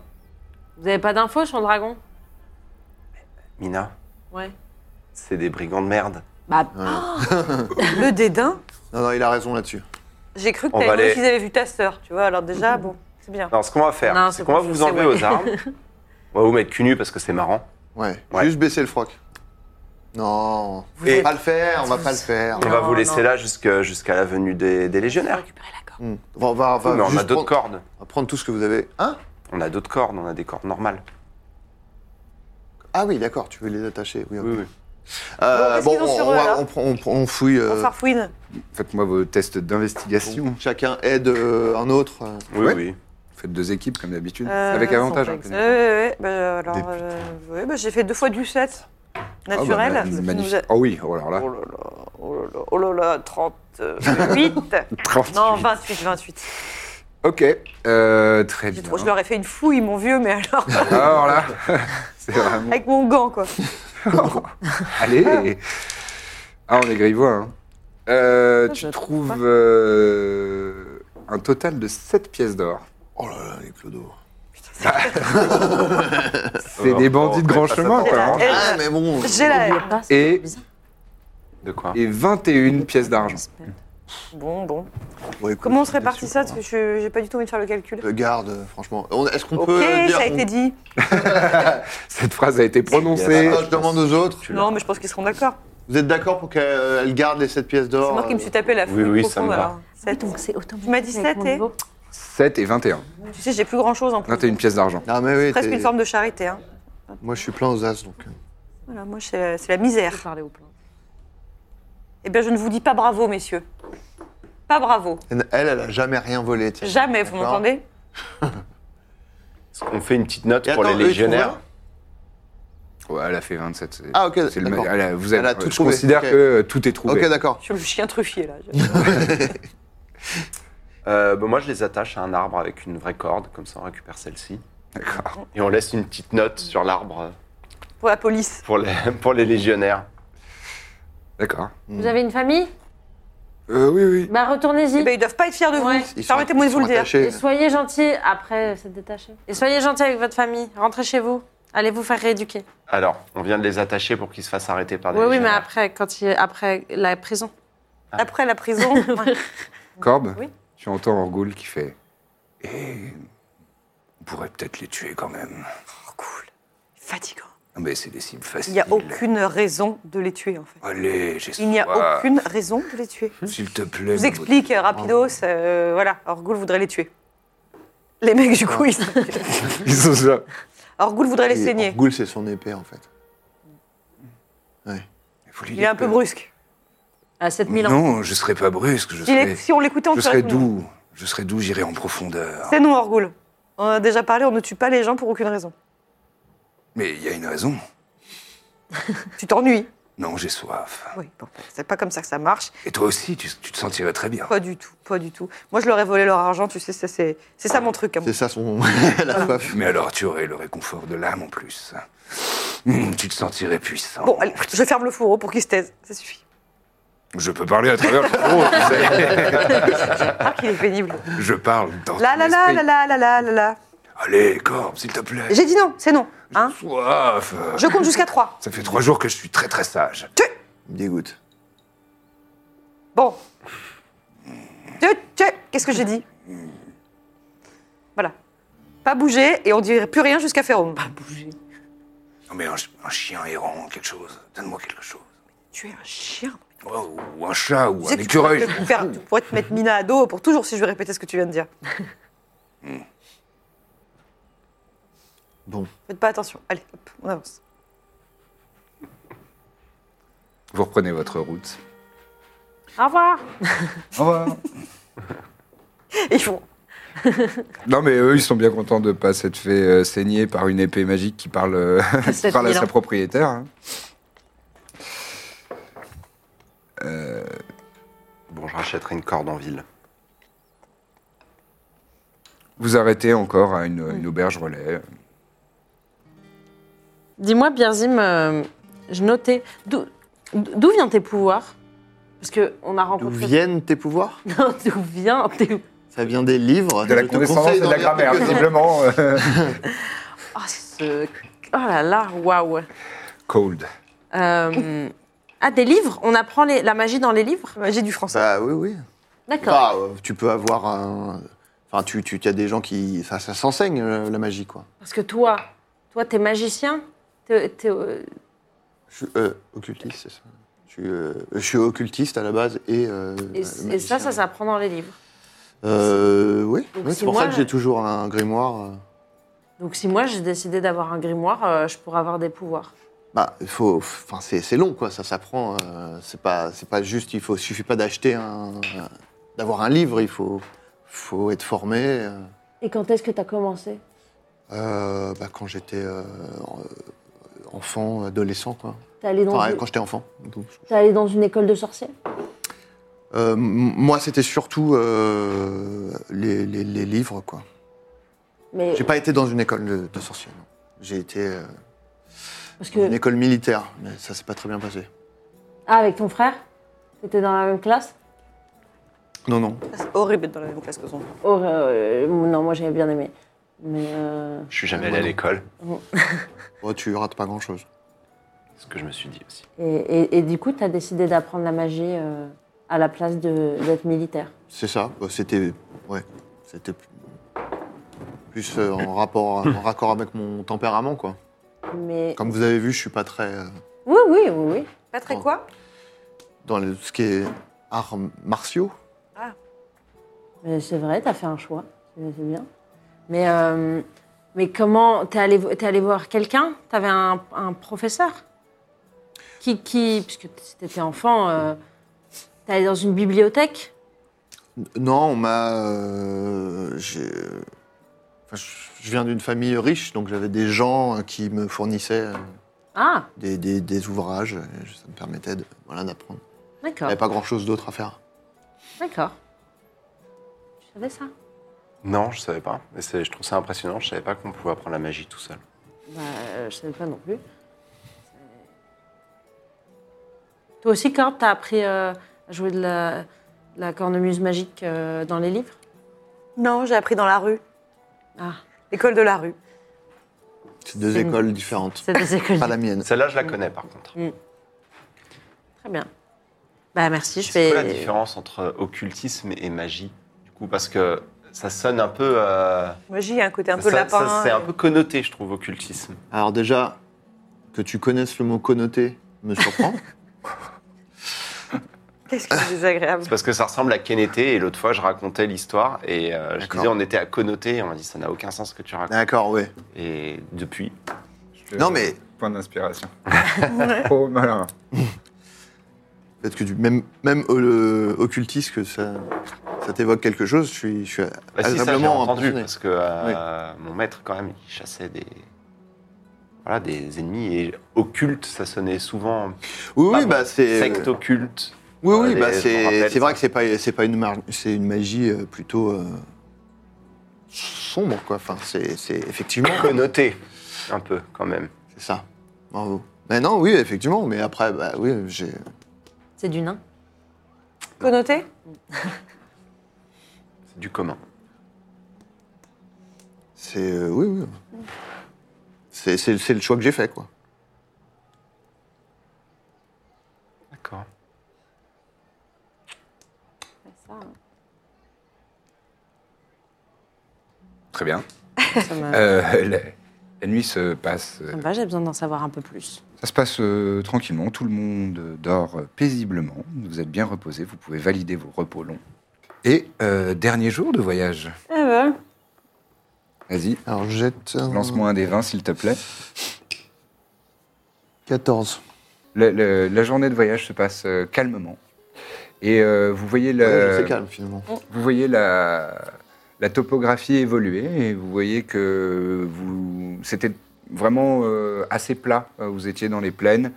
S4: Vous avez pas d'infos sur le dragon
S2: Mina,
S4: Ouais.
S2: c'est des brigands de merde.
S4: Bah,
S3: Le dédain.
S5: Non, non, il a raison là-dessus.
S3: J'ai cru que
S2: On va
S3: t'avais
S2: aller-
S3: dit qu'ils avaient vu ta sœur, tu vois. Alors déjà, bon, c'est bien.
S2: Non, ce qu'on va faire,
S4: Non,
S2: c'est
S4: c'est
S2: qu'on
S4: pas
S2: va vous
S4: fou, c'est
S2: enlever
S4: ouais.
S2: aux
S4: [laughs]
S2: armes. On va vous mettre cul nu parce que c'est marrant.
S5: Ouais.
S2: Ouais.
S5: Juste baisser le froc. Non.
S4: vous
S2: Et-
S5: On
S4: êtes-
S5: va pas le faire, on va pas le faire.
S2: On va
S4: Non,
S2: vous laisser
S4: non.
S2: là jusque- jusqu'à la venue des, des légionnaires.
S4: récupérer la corde.
S5: Hmm. On va, on va- on va
S2: mais on a
S5: juste
S2: d'autres
S5: prendre-
S2: cordes.
S5: on va prendre tout ce que vous avez. Hein
S2: On a d'autres cordes, on a des cordes normales.
S5: Ah oui, d'accord, tu veux les attacher. Oui, ok.
S2: Oui, oui.
S5: Euh,
S3: Bon, qu'est-ce
S5: bon,
S3: qu'ils ont
S5: on,
S3: sur
S5: on
S3: eux,
S5: va-
S3: là
S5: on prend- on prend- on fouille.
S3: On
S5: euh,
S3: farfouine.
S1: Faites-moi vos tests d'investigation.
S5: chacun aide euh, un autre. euh.
S2: Oui,
S1: Ouais.
S2: oui.
S1: Faites deux équipes comme d'habitude,
S3: Euh,
S1: avec avantage. hein,
S3: sans texte.
S1: connais.
S3: Euh, ouais, ouais, bah,
S5: Des
S3: alors,
S5: putains.
S3: euh, ouais, bah, j'ai fait deux fois du 7
S1: Ah, bah,
S3: naturel.
S1: ma-
S3: Ce qui
S1: magnifique.
S3: nous a-
S1: Oh oui, oh alors là.
S3: Oh là là, oh là là, oh là là, euh, [laughs] 38.
S1: 38.
S3: non, 28, 28.
S1: Ok, euh, très
S3: J'ai
S1: bien.
S3: trop- je leur ai fait une fouille, mon vieux, mais
S5: [laughs]
S3: alors,
S1: Alors là, [laughs] c'est vraiment.
S3: avec mon gant, quoi. Ah,
S1: Allez Ah, on est grivois. hein. Euh,
S4: Ah, je
S1: tu
S4: la trouve
S1: trouves
S4: pas.
S1: euh, un total de 7 pièces d'or.
S5: Oh là là, les clodos.
S3: Oh.
S1: C'est des bandits de grand chemin,
S3: C'est
S1: quoi. hein.
S3: la haine.
S5: Ah, mais bon.
S3: J'ai la haine.
S4: Pas, c'est
S1: Et,
S4: bizarre.
S2: De quoi
S1: et 21 pièces d'argent.
S3: Bon, bon.
S5: Ouais, écoute,
S3: Comment on se
S5: c'est
S3: répartit
S5: déçu,
S3: ça
S5: hein.
S3: Parce que je- j'ai pas du tout envie de faire le calcul.
S5: Euh, Garde, euh, franchement. On- Est-ce qu'on
S3: Ok,
S5: peut euh, dire
S3: ça a
S5: qu'on-
S3: été dit.
S1: Cette phrase a été prononcée.
S5: Ah, je demande aux autres.
S3: Non, mais je pense qu'ils seront d'accord.
S5: Vous êtes d'accord pour qu'elle garde les 7 pièces d'or euh?
S3: C'est moi qui me suis tapé la fouille
S2: oui, oui, ça me
S3: profonde,
S2: va.
S3: alors. Sept.
S4: Donc c'est automatique.
S3: Tu m'as dit
S4: avec
S3: sept
S4: mon
S3: et-
S4: niveau.
S1: 7 et 21.
S3: Tu sais, j'ai plus grand-chose en plus.
S1: 21 pièces d'argent.
S5: Ah, mais oui,
S3: Presque
S5: t'es-
S3: une forme de charité. Hein.
S5: moi je suis plein aux as, donc. euh,
S3: Voilà, moi, c'est c'est la
S4: Je vais
S3: misère.
S4: parler au plein.
S3: Eh bien, je ne vous dis pas bravo, messieurs. Pas bravo.
S5: Elle, elle a jamais rien volé. tiens.
S3: Jamais, vous
S5: D'accord.
S3: m'entendez
S2: On fait une petite note
S5: Et
S2: pour
S5: attends, eux,
S2: les
S5: ils
S2: légionnaires.
S5: trouvent
S1: Ouais, elle a fait 27. c'est-
S5: Ah, ok,
S1: c'est le
S5: d'accord.
S1: ma- elle a- vous avez,
S5: Elle a tout
S1: je
S5: trouvé,
S1: considère
S5: ok.
S1: que euh, tout est trouvé.
S5: Ok, d'accord.
S3: Je suis le chien truffier, là.
S2: Euh, bah, moi, je les attache à un arbre avec une vraie corde, comme ça on récupère celle-ci.
S1: D'accord.
S2: Et on laisse une petite note sur l'arbre
S3: Pour la police.
S2: pour les, [laughs] pour les légionnaires.
S1: D'accord.
S5: Hmm.
S4: Vous avez une famille
S1: Euh, oui, oui.
S4: Bah
S3: Eh
S4: retournez-y.
S3: ben, ils doivent pas être fiers de
S4: Ouais.
S3: vous.
S5: Ils sont-
S3: Permettez-moi de
S5: ils
S3: vous
S5: sont
S3: le dire.
S5: attachés.
S4: Et soyez gentils après s'être détaché. Et soyez gentils avec votre famille. Rentrez chez vous. Allez vous faire rééduquer.
S2: Alors, on vient de les attacher pour qu'ils se fassent arrêter par des
S4: Oui, oui, mais
S2: légionnaires.
S4: après, quand il est- après la prison.
S5: Ah.
S3: Après
S5: [laughs]
S3: la prison, ouais.
S1: Corbe,
S3: Oui.
S1: tu entends Orgoul qui fait. Et. On pourrait peut-être les tuer quand même.
S3: Oh, cool. Fatigant.
S1: Ah, Mais c'est des cibles
S3: Il
S1: faciles.
S3: n'y a aucune raison de les tuer, en fait.
S1: Allez, j'ai
S3: Il n'y a
S1: soif.
S3: aucune raison de les tuer.
S1: S'il te
S3: Je
S1: plaît.
S3: vous explique, euh,
S1: Ah.
S3: rapidos, euh, voilà, Orgul voudrait les tuer. Les mecs, du
S1: Ah.
S3: coup, ils...
S1: Ils sont ça.
S3: Orgul voudrait les
S5: Et
S3: saigner.
S5: Orgul, c'est son épée en fait.
S1: Faut lui
S3: Il est
S1: dire
S3: un peu
S1: que-
S3: brusque.
S4: À 7000 ans.
S1: Non, je serais pas brusque. Je
S3: Si,
S1: serais,
S3: l'é- si on l'écoutait, on
S1: je
S3: tuerait
S1: serais
S3: tout le monde.
S1: doux. Je serais doux, j'irai en profondeur.
S3: C'est nous, Orgul. On a déjà parlé, on ne tue pas les gens pour aucune raison.
S1: Mais il y a une raison.
S3: Tu t'ennuies.
S6: Non, j'ai soif.
S3: Oui, bon, c'est pas comme ça que ça marche.
S6: Et toi aussi, tu, tu te sentirais très bien.
S3: Pas du tout, pas du tout. Moi, je leur ai volé leur argent, tu sais, ça, c'est c'est ça mon truc. hein. à moi.
S5: C'est ça son. [laughs] la soif.
S6: Mais alors, tu aurais le réconfort de l'âme en plus. Mmh, tu te sentirais puissant.
S3: Bon, allez, je ferme le fourreau pour qu'ils se taisent, ça suffit.
S6: Je peux parler à travers le fourreau,
S3: [laughs]
S6: tu sais.
S3: Ah, qu'il est pénible.
S6: Je parle dans
S3: Là,
S6: ton
S3: là, là,
S6: esprit.
S3: là, là, là, là, là, là.
S6: Allez, Corbe, s'il te plaît.
S3: J'ai dit non, c'est non. Hein
S6: Soif.
S3: je compte jusqu'à 3.
S6: Ça fait trois jours que je suis très très sage.
S5: Il me dégoûte.
S3: Bon. Tu- tu- Qu'est-ce que j'ai dit Voilà. Pas bouger et on dirait plus rien jusqu'à Férom. Pas bouger.
S6: Non mais un, ch- un chien errant, quelque chose. Donne-moi quelque chose.
S3: Tu es un chien.
S6: Oh, ou un chat, ou
S3: Tu
S6: un
S3: sais que tu
S6: écureuil.
S3: pourrais
S6: [laughs]
S3: te faire- Tu pourrais te mettre Mina à dos pour toujours si je vais répéter ce que tu viens de dire.
S5: Bon.
S3: Faites pas attention. Allez, hop, on avance.
S1: Vous reprenez votre route.
S4: Au revoir.
S1: Au revoir.
S3: Et ils font.
S1: Non, mais eux, ils sont bien contents de ne pas s'être fait euh, saigner par une épée magique qui parle,
S3: [laughs]
S1: euh, qui
S4: Sept
S1: parle à
S4: mille
S1: sa
S4: ans.
S1: propriétaire. hein. Euh,
S2: Bon, je rachèterai une corde en ville.
S1: vous arrêtez encore à une, une auberge relais.
S4: Dis-moi, Birzim, euh, je notais. D'où d'où viennent tes pouvoirs Parce que on a
S5: D'où
S4: rencontré.
S5: viennent tes pouvoirs
S4: [laughs] Non, D'où vient tes-
S5: Ça vient des livres.
S1: De la
S5: Je te
S1: condescendance
S5: conseille
S1: et de
S5: d'en
S1: la
S5: lire
S1: grammaire,
S5: quelques-uns.
S1: visiblement. euh,
S4: Ah, ce- Oh là là, waouh.
S1: [laughs] cold.
S4: Euh, Ah, des livres On apprend les- la magie dans les livres
S3: Magie du français.
S5: Bah oui, oui.
S4: D'accord.
S5: Bah, euh, tu peux avoir un. Enfin, tu, tu as des gens qui. Ça, ça s'enseigne, euh, la magie, quoi.
S4: Parce que toi, toi, t'es magicien T'es- t'es, euh,
S5: Je suis euh, occultiste, c'est ça. Je suis, euh, je suis occultiste à la base et. euh,
S4: Et,
S5: magicien.
S4: et ça, ça s'apprend dans les livres.
S5: Euh, oui,
S4: Donc,
S5: oui,
S4: si
S5: c'est pour
S4: moi-
S5: ça que j'ai toujours un grimoire. euh.
S4: Donc si moi j'ai décidé d'avoir un grimoire, euh, je pourrais avoir des pouvoirs.
S5: Bah, il faut. Enfin, c'est c'est long, quoi. Ça s'apprend. euh, c'est pas, c'est pas juste. Il faut. Suffit pas d'acheter un. euh, D'avoir un livre. Il faut. Faut être formé. euh.
S4: Et quand est-ce que t'as commencé
S5: Euh, bah, quand j'étais euh, en- enfant, adolescent, quoi.
S4: T'es allé, dans
S5: Enfin,
S4: une-
S5: quand j'étais enfant. Donc,
S4: t'es allé dans une école de sorciers
S5: Euh, m- moi, c'était surtout euh, les, les- les livres, quoi.
S4: Mais
S5: J'ai pas été dans une école de, de sorciers, non. J'ai été euh,
S4: parce
S5: dans
S4: que
S5: une école militaire, mais ça s'est pas très bien passé.
S4: ah, avec ton frère, t'étais dans la même classe.
S5: Non, non.
S3: Ça, C'est horrible d'être dans la même classe que son.
S4: Oh, euh, non, moi j'avais bien aimé. Mais euh,
S2: Je suis jamais allé à l'école,
S5: Oh, tu rates pas grand-chose.
S2: c'est ce que je me suis dit aussi.
S4: et, et- et du coup, t'as décidé d'apprendre la magie euh, à la place de- d'être militaire.
S5: C'est ça. Bah, c'était... Ouais. C'était plus- plus euh, en, rapport, en raccord avec mon tempérament, quoi.
S4: Mais
S5: Comme vous avez vu, je suis pas très... euh,
S4: oui, oui, oui, oui.
S3: Pas très
S5: Oh.
S3: quoi
S5: dans le- ce qui est arts martiaux.
S4: Mais c'est vrai, t'as fait un choix. C'est c'est bien. Mais euh, mais comment t'es allé vo- t'es allé voir quelqu'un T'avais un, un professeur qui qui puisque si t'étais enfant, euh, t'es allé dans une bibliothèque.
S5: Non, on m'a. euh, j'ai- enfin, je- je viens d'une famille riche, donc j'avais des gens euh, qui me fournissaient euh,
S4: Ah,
S5: des, des- des ouvrages. et Ça me permettait de- voilà, d'apprendre. Il
S4: d'accord,
S5: n'y avait pas grand-chose d'autre à faire.
S4: d'accord. Tu savais ça
S2: Non, je savais pas. Et c'est- je trouve ça impressionnant. Je savais pas qu'on pouvait apprendre la magie tout seul.
S4: Bah, euh, je savais pas non plus. C'est- Toi aussi, Corbe, t'as appris euh, à jouer de la, de la cornemuse magique euh, dans les livres
S3: Non, j'ai appris dans la rue.
S4: Ah,
S3: L'école de la rue.
S5: C'est deux
S4: C'est une-
S5: écoles différentes.
S4: c'est des écoles.
S5: Pas la mienne.
S2: Celle-là, je la connais par contre.
S4: Très bien. Bah merci, je
S2: C'est
S4: vais.
S2: quoi la différence entre occultisme et magie Du coup, parce que ça sonne un peu. euh,
S3: Magie, il y a un côté un peu
S2: ça-
S3: lapin.
S2: ça, c'est un
S3: et-
S2: peu connoté, je trouve, occultisme.
S5: Alors, déjà, que tu connaisses le mot connoté me
S4: [laughs]
S5: surprend.
S3: Qu'est-ce que c'est
S2: [laughs]
S3: désagréable.
S2: C'est parce que ça ressemble à Kenété, et l'autre fois, je racontais l'histoire, et euh, je
S5: D'accord.
S2: disais, on était à connoté, et on m'a dit, ça n'a aucun sens ce que tu racontes.
S5: D'accord, oui.
S2: Et depuis,
S1: Euh,
S5: Non, mais
S1: Point d'inspiration.
S5: [laughs]
S1: Trop malin.
S5: peut-être que du même, même euh, occultiste, que ça, ça t'évoque quelque chose, je suis, je suis
S2: Bah si, ça, j'ai
S5: agréablement
S2: entendu,
S5: impressionné.
S2: parce que euh, mon maître, quand même, il chassait des. voilà, voilà, des ennemis. Et occulte, ça sonnait souvent.
S5: Oui,
S2: Bah,
S5: oui, bah, c'est.
S2: Secte occulte.
S5: Oui,
S2: Voilà,
S5: oui,
S2: les-
S5: bah,
S2: je me
S5: c'est
S2: rappelle
S5: c'est vrai
S2: ça.
S5: que c'est pas, c'est pas une, mar- c'est une magie euh, plutôt euh, sombre, quoi. Enfin, c'est c'est
S2: [coughs]
S5: effectivement.
S2: Connoté, un peu, quand même.
S5: c'est ça. Bravo. Mais non, oui, effectivement. Mais après, bah oui, j'ai.
S4: C'est du nain.
S3: Connoté
S2: C'est du commun.
S5: C'est. euh, oui, oui. C'est- C'est c'est le choix que j'ai fait, quoi.
S2: D'accord.
S1: Très bien.
S4: Ça me,
S1: Euh, la, la nuit se passe. euh,
S4: ça me va, j'ai besoin d'en savoir un peu plus.
S1: Ça se passe euh, tranquillement, tout le monde dort euh, paisiblement, vous êtes bien reposés, vous pouvez valider vos repos longs. Et euh, dernier jour de voyage.
S3: Ah ben.
S1: Vas-y,
S5: Alors, euh, jette. un
S1: lance-moi un des 20 s'il te plaît.
S5: 14.
S1: Le- le- la journée de voyage se passe euh, calmement. Et euh, vous voyez la,
S5: Ouais, C'est calme, finalement.
S1: vous voyez la, la topographie évoluer et vous voyez que vous, c'était vraiment euh, assez plat. Euh, Vous étiez dans les plaines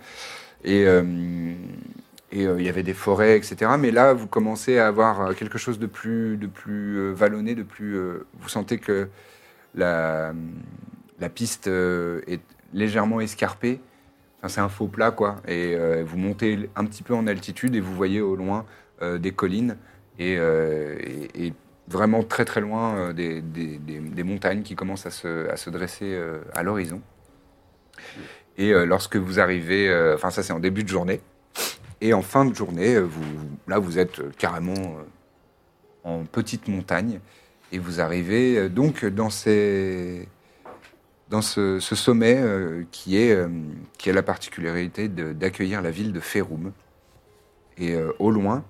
S1: et euh, et, euh, il y avait des forêts, etc. Mais là, vous commencez à avoir euh, quelque chose de plus, de plus euh, vallonné, de plus. euh, vous sentez que la, la piste euh, est légèrement escarpée. Enfin, c'est un faux plat, quoi. Et euh, vous montez un petit peu en altitude et vous voyez au loin euh, des collines et, euh, et- et vraiment très très loin euh, des, des- des- des montagnes qui commencent à se, à se dresser euh, à l'horizon. Et euh, lorsque vous arrivez, euh, enfin ça c'est en début de journée, et en fin de journée, euh, vous, là vous êtes euh, carrément euh, en petite montagne, et vous arrivez euh, donc dans, ces, dans ce, ce sommet euh, qui, est, euh, qui a la particularité de- d'accueillir la ville de Féroum. Et euh, au loin,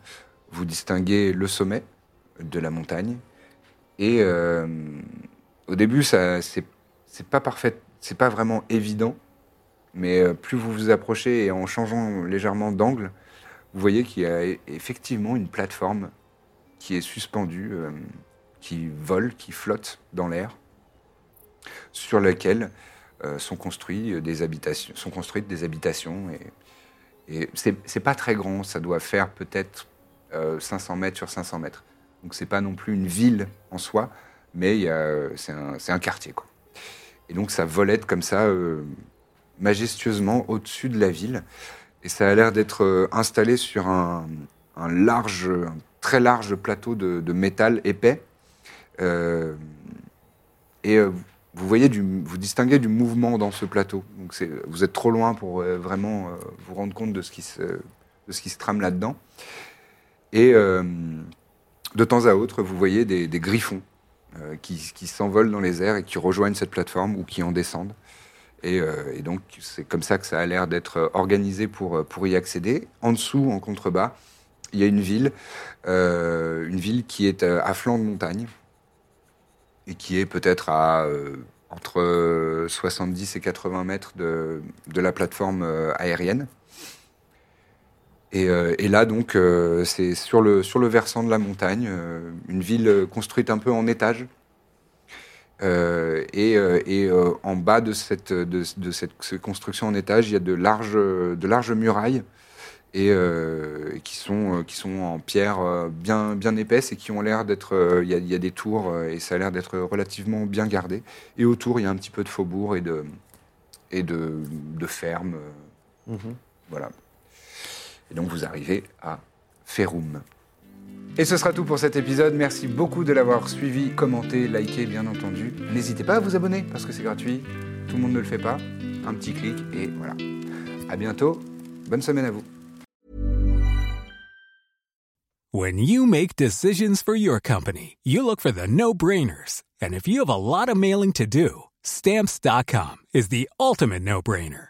S1: vous distinguez le sommet de la montagne. Et euh, au début, ça c'est c'est pas parfait, c'est pas vraiment évident. Mais euh, plus vous vous approchez et en changeant légèrement d'angle, vous voyez qu'il y a e- effectivement une plateforme qui est suspendue, euh, qui vole, qui flotte dans l'air, sur laquelle euh, sont, construits euh, des habitations, sont construites des habitations. Et, et c'est c'est pas très grand, ça doit faire peut-être euh, 500 mètres sur 500 mètres. Donc c'est pas non plus une ville en soi, mais il y a, euh, c'est un, c'est un quartier. Quoi. Et donc ça volette comme ça, euh, majestueusement au-dessus de la ville. Et ça a l'air d'être euh, installé sur un, un large, un très large plateau de, de métal épais. Euh, et euh, vous voyez du, vous distinguez du mouvement dans ce plateau. Donc c'est- vous êtes trop loin pour euh, vraiment euh, vous rendre compte de ce qui se, de ce qui se trame là-dedans. Et euh, de temps à autre, vous voyez des, des griffons euh, qui, qui s'envolent dans les airs et qui rejoignent cette plateforme ou qui en descendent. Et, euh, et donc, c'est comme ça que ça a l'air d'être organisé pour, euh, pour y accéder. En dessous, en contrebas, il y a une ville, euh, une ville qui est euh, à flanc de montagne et qui est peut-être à euh, entre euh, 70 et 80 mètres de, de la plateforme euh, aérienne. Et, euh, et là, donc, euh, c'est sur le, sur le versant de la montagne, euh, une ville euh, construite un peu en étage. Euh, et euh, et, euh, en bas de cette, de, de cette cette construction en étage, il y a de larges, de larges murailles et, euh, qui, sont, euh, qui sont en pierre euh, bien, bien épaisse et qui ont l'air d'être. euh, Il y, a- il y a des tours euh, et ça a l'air d'être relativement bien gardé. Et autour, il y a un petit peu de faubourg et de, et de, de fermes. euh, Voilà. Et donc vous arrivez à Ferum. Et ce sera tout pour cet épisode. Merci beaucoup de l'avoir suivi, commenté, liké, bien entendu. N'hésitez pas à vous abonner parce que c'est gratuit. Tout le monde ne le fait pas. Un petit clic et voilà. À bientôt. Bonne semaine à vous.
S10: When you make decisions for your company, you look for the no brainers. And if you have a lot of mailing to do, stamps.com is the ultimate no brainer.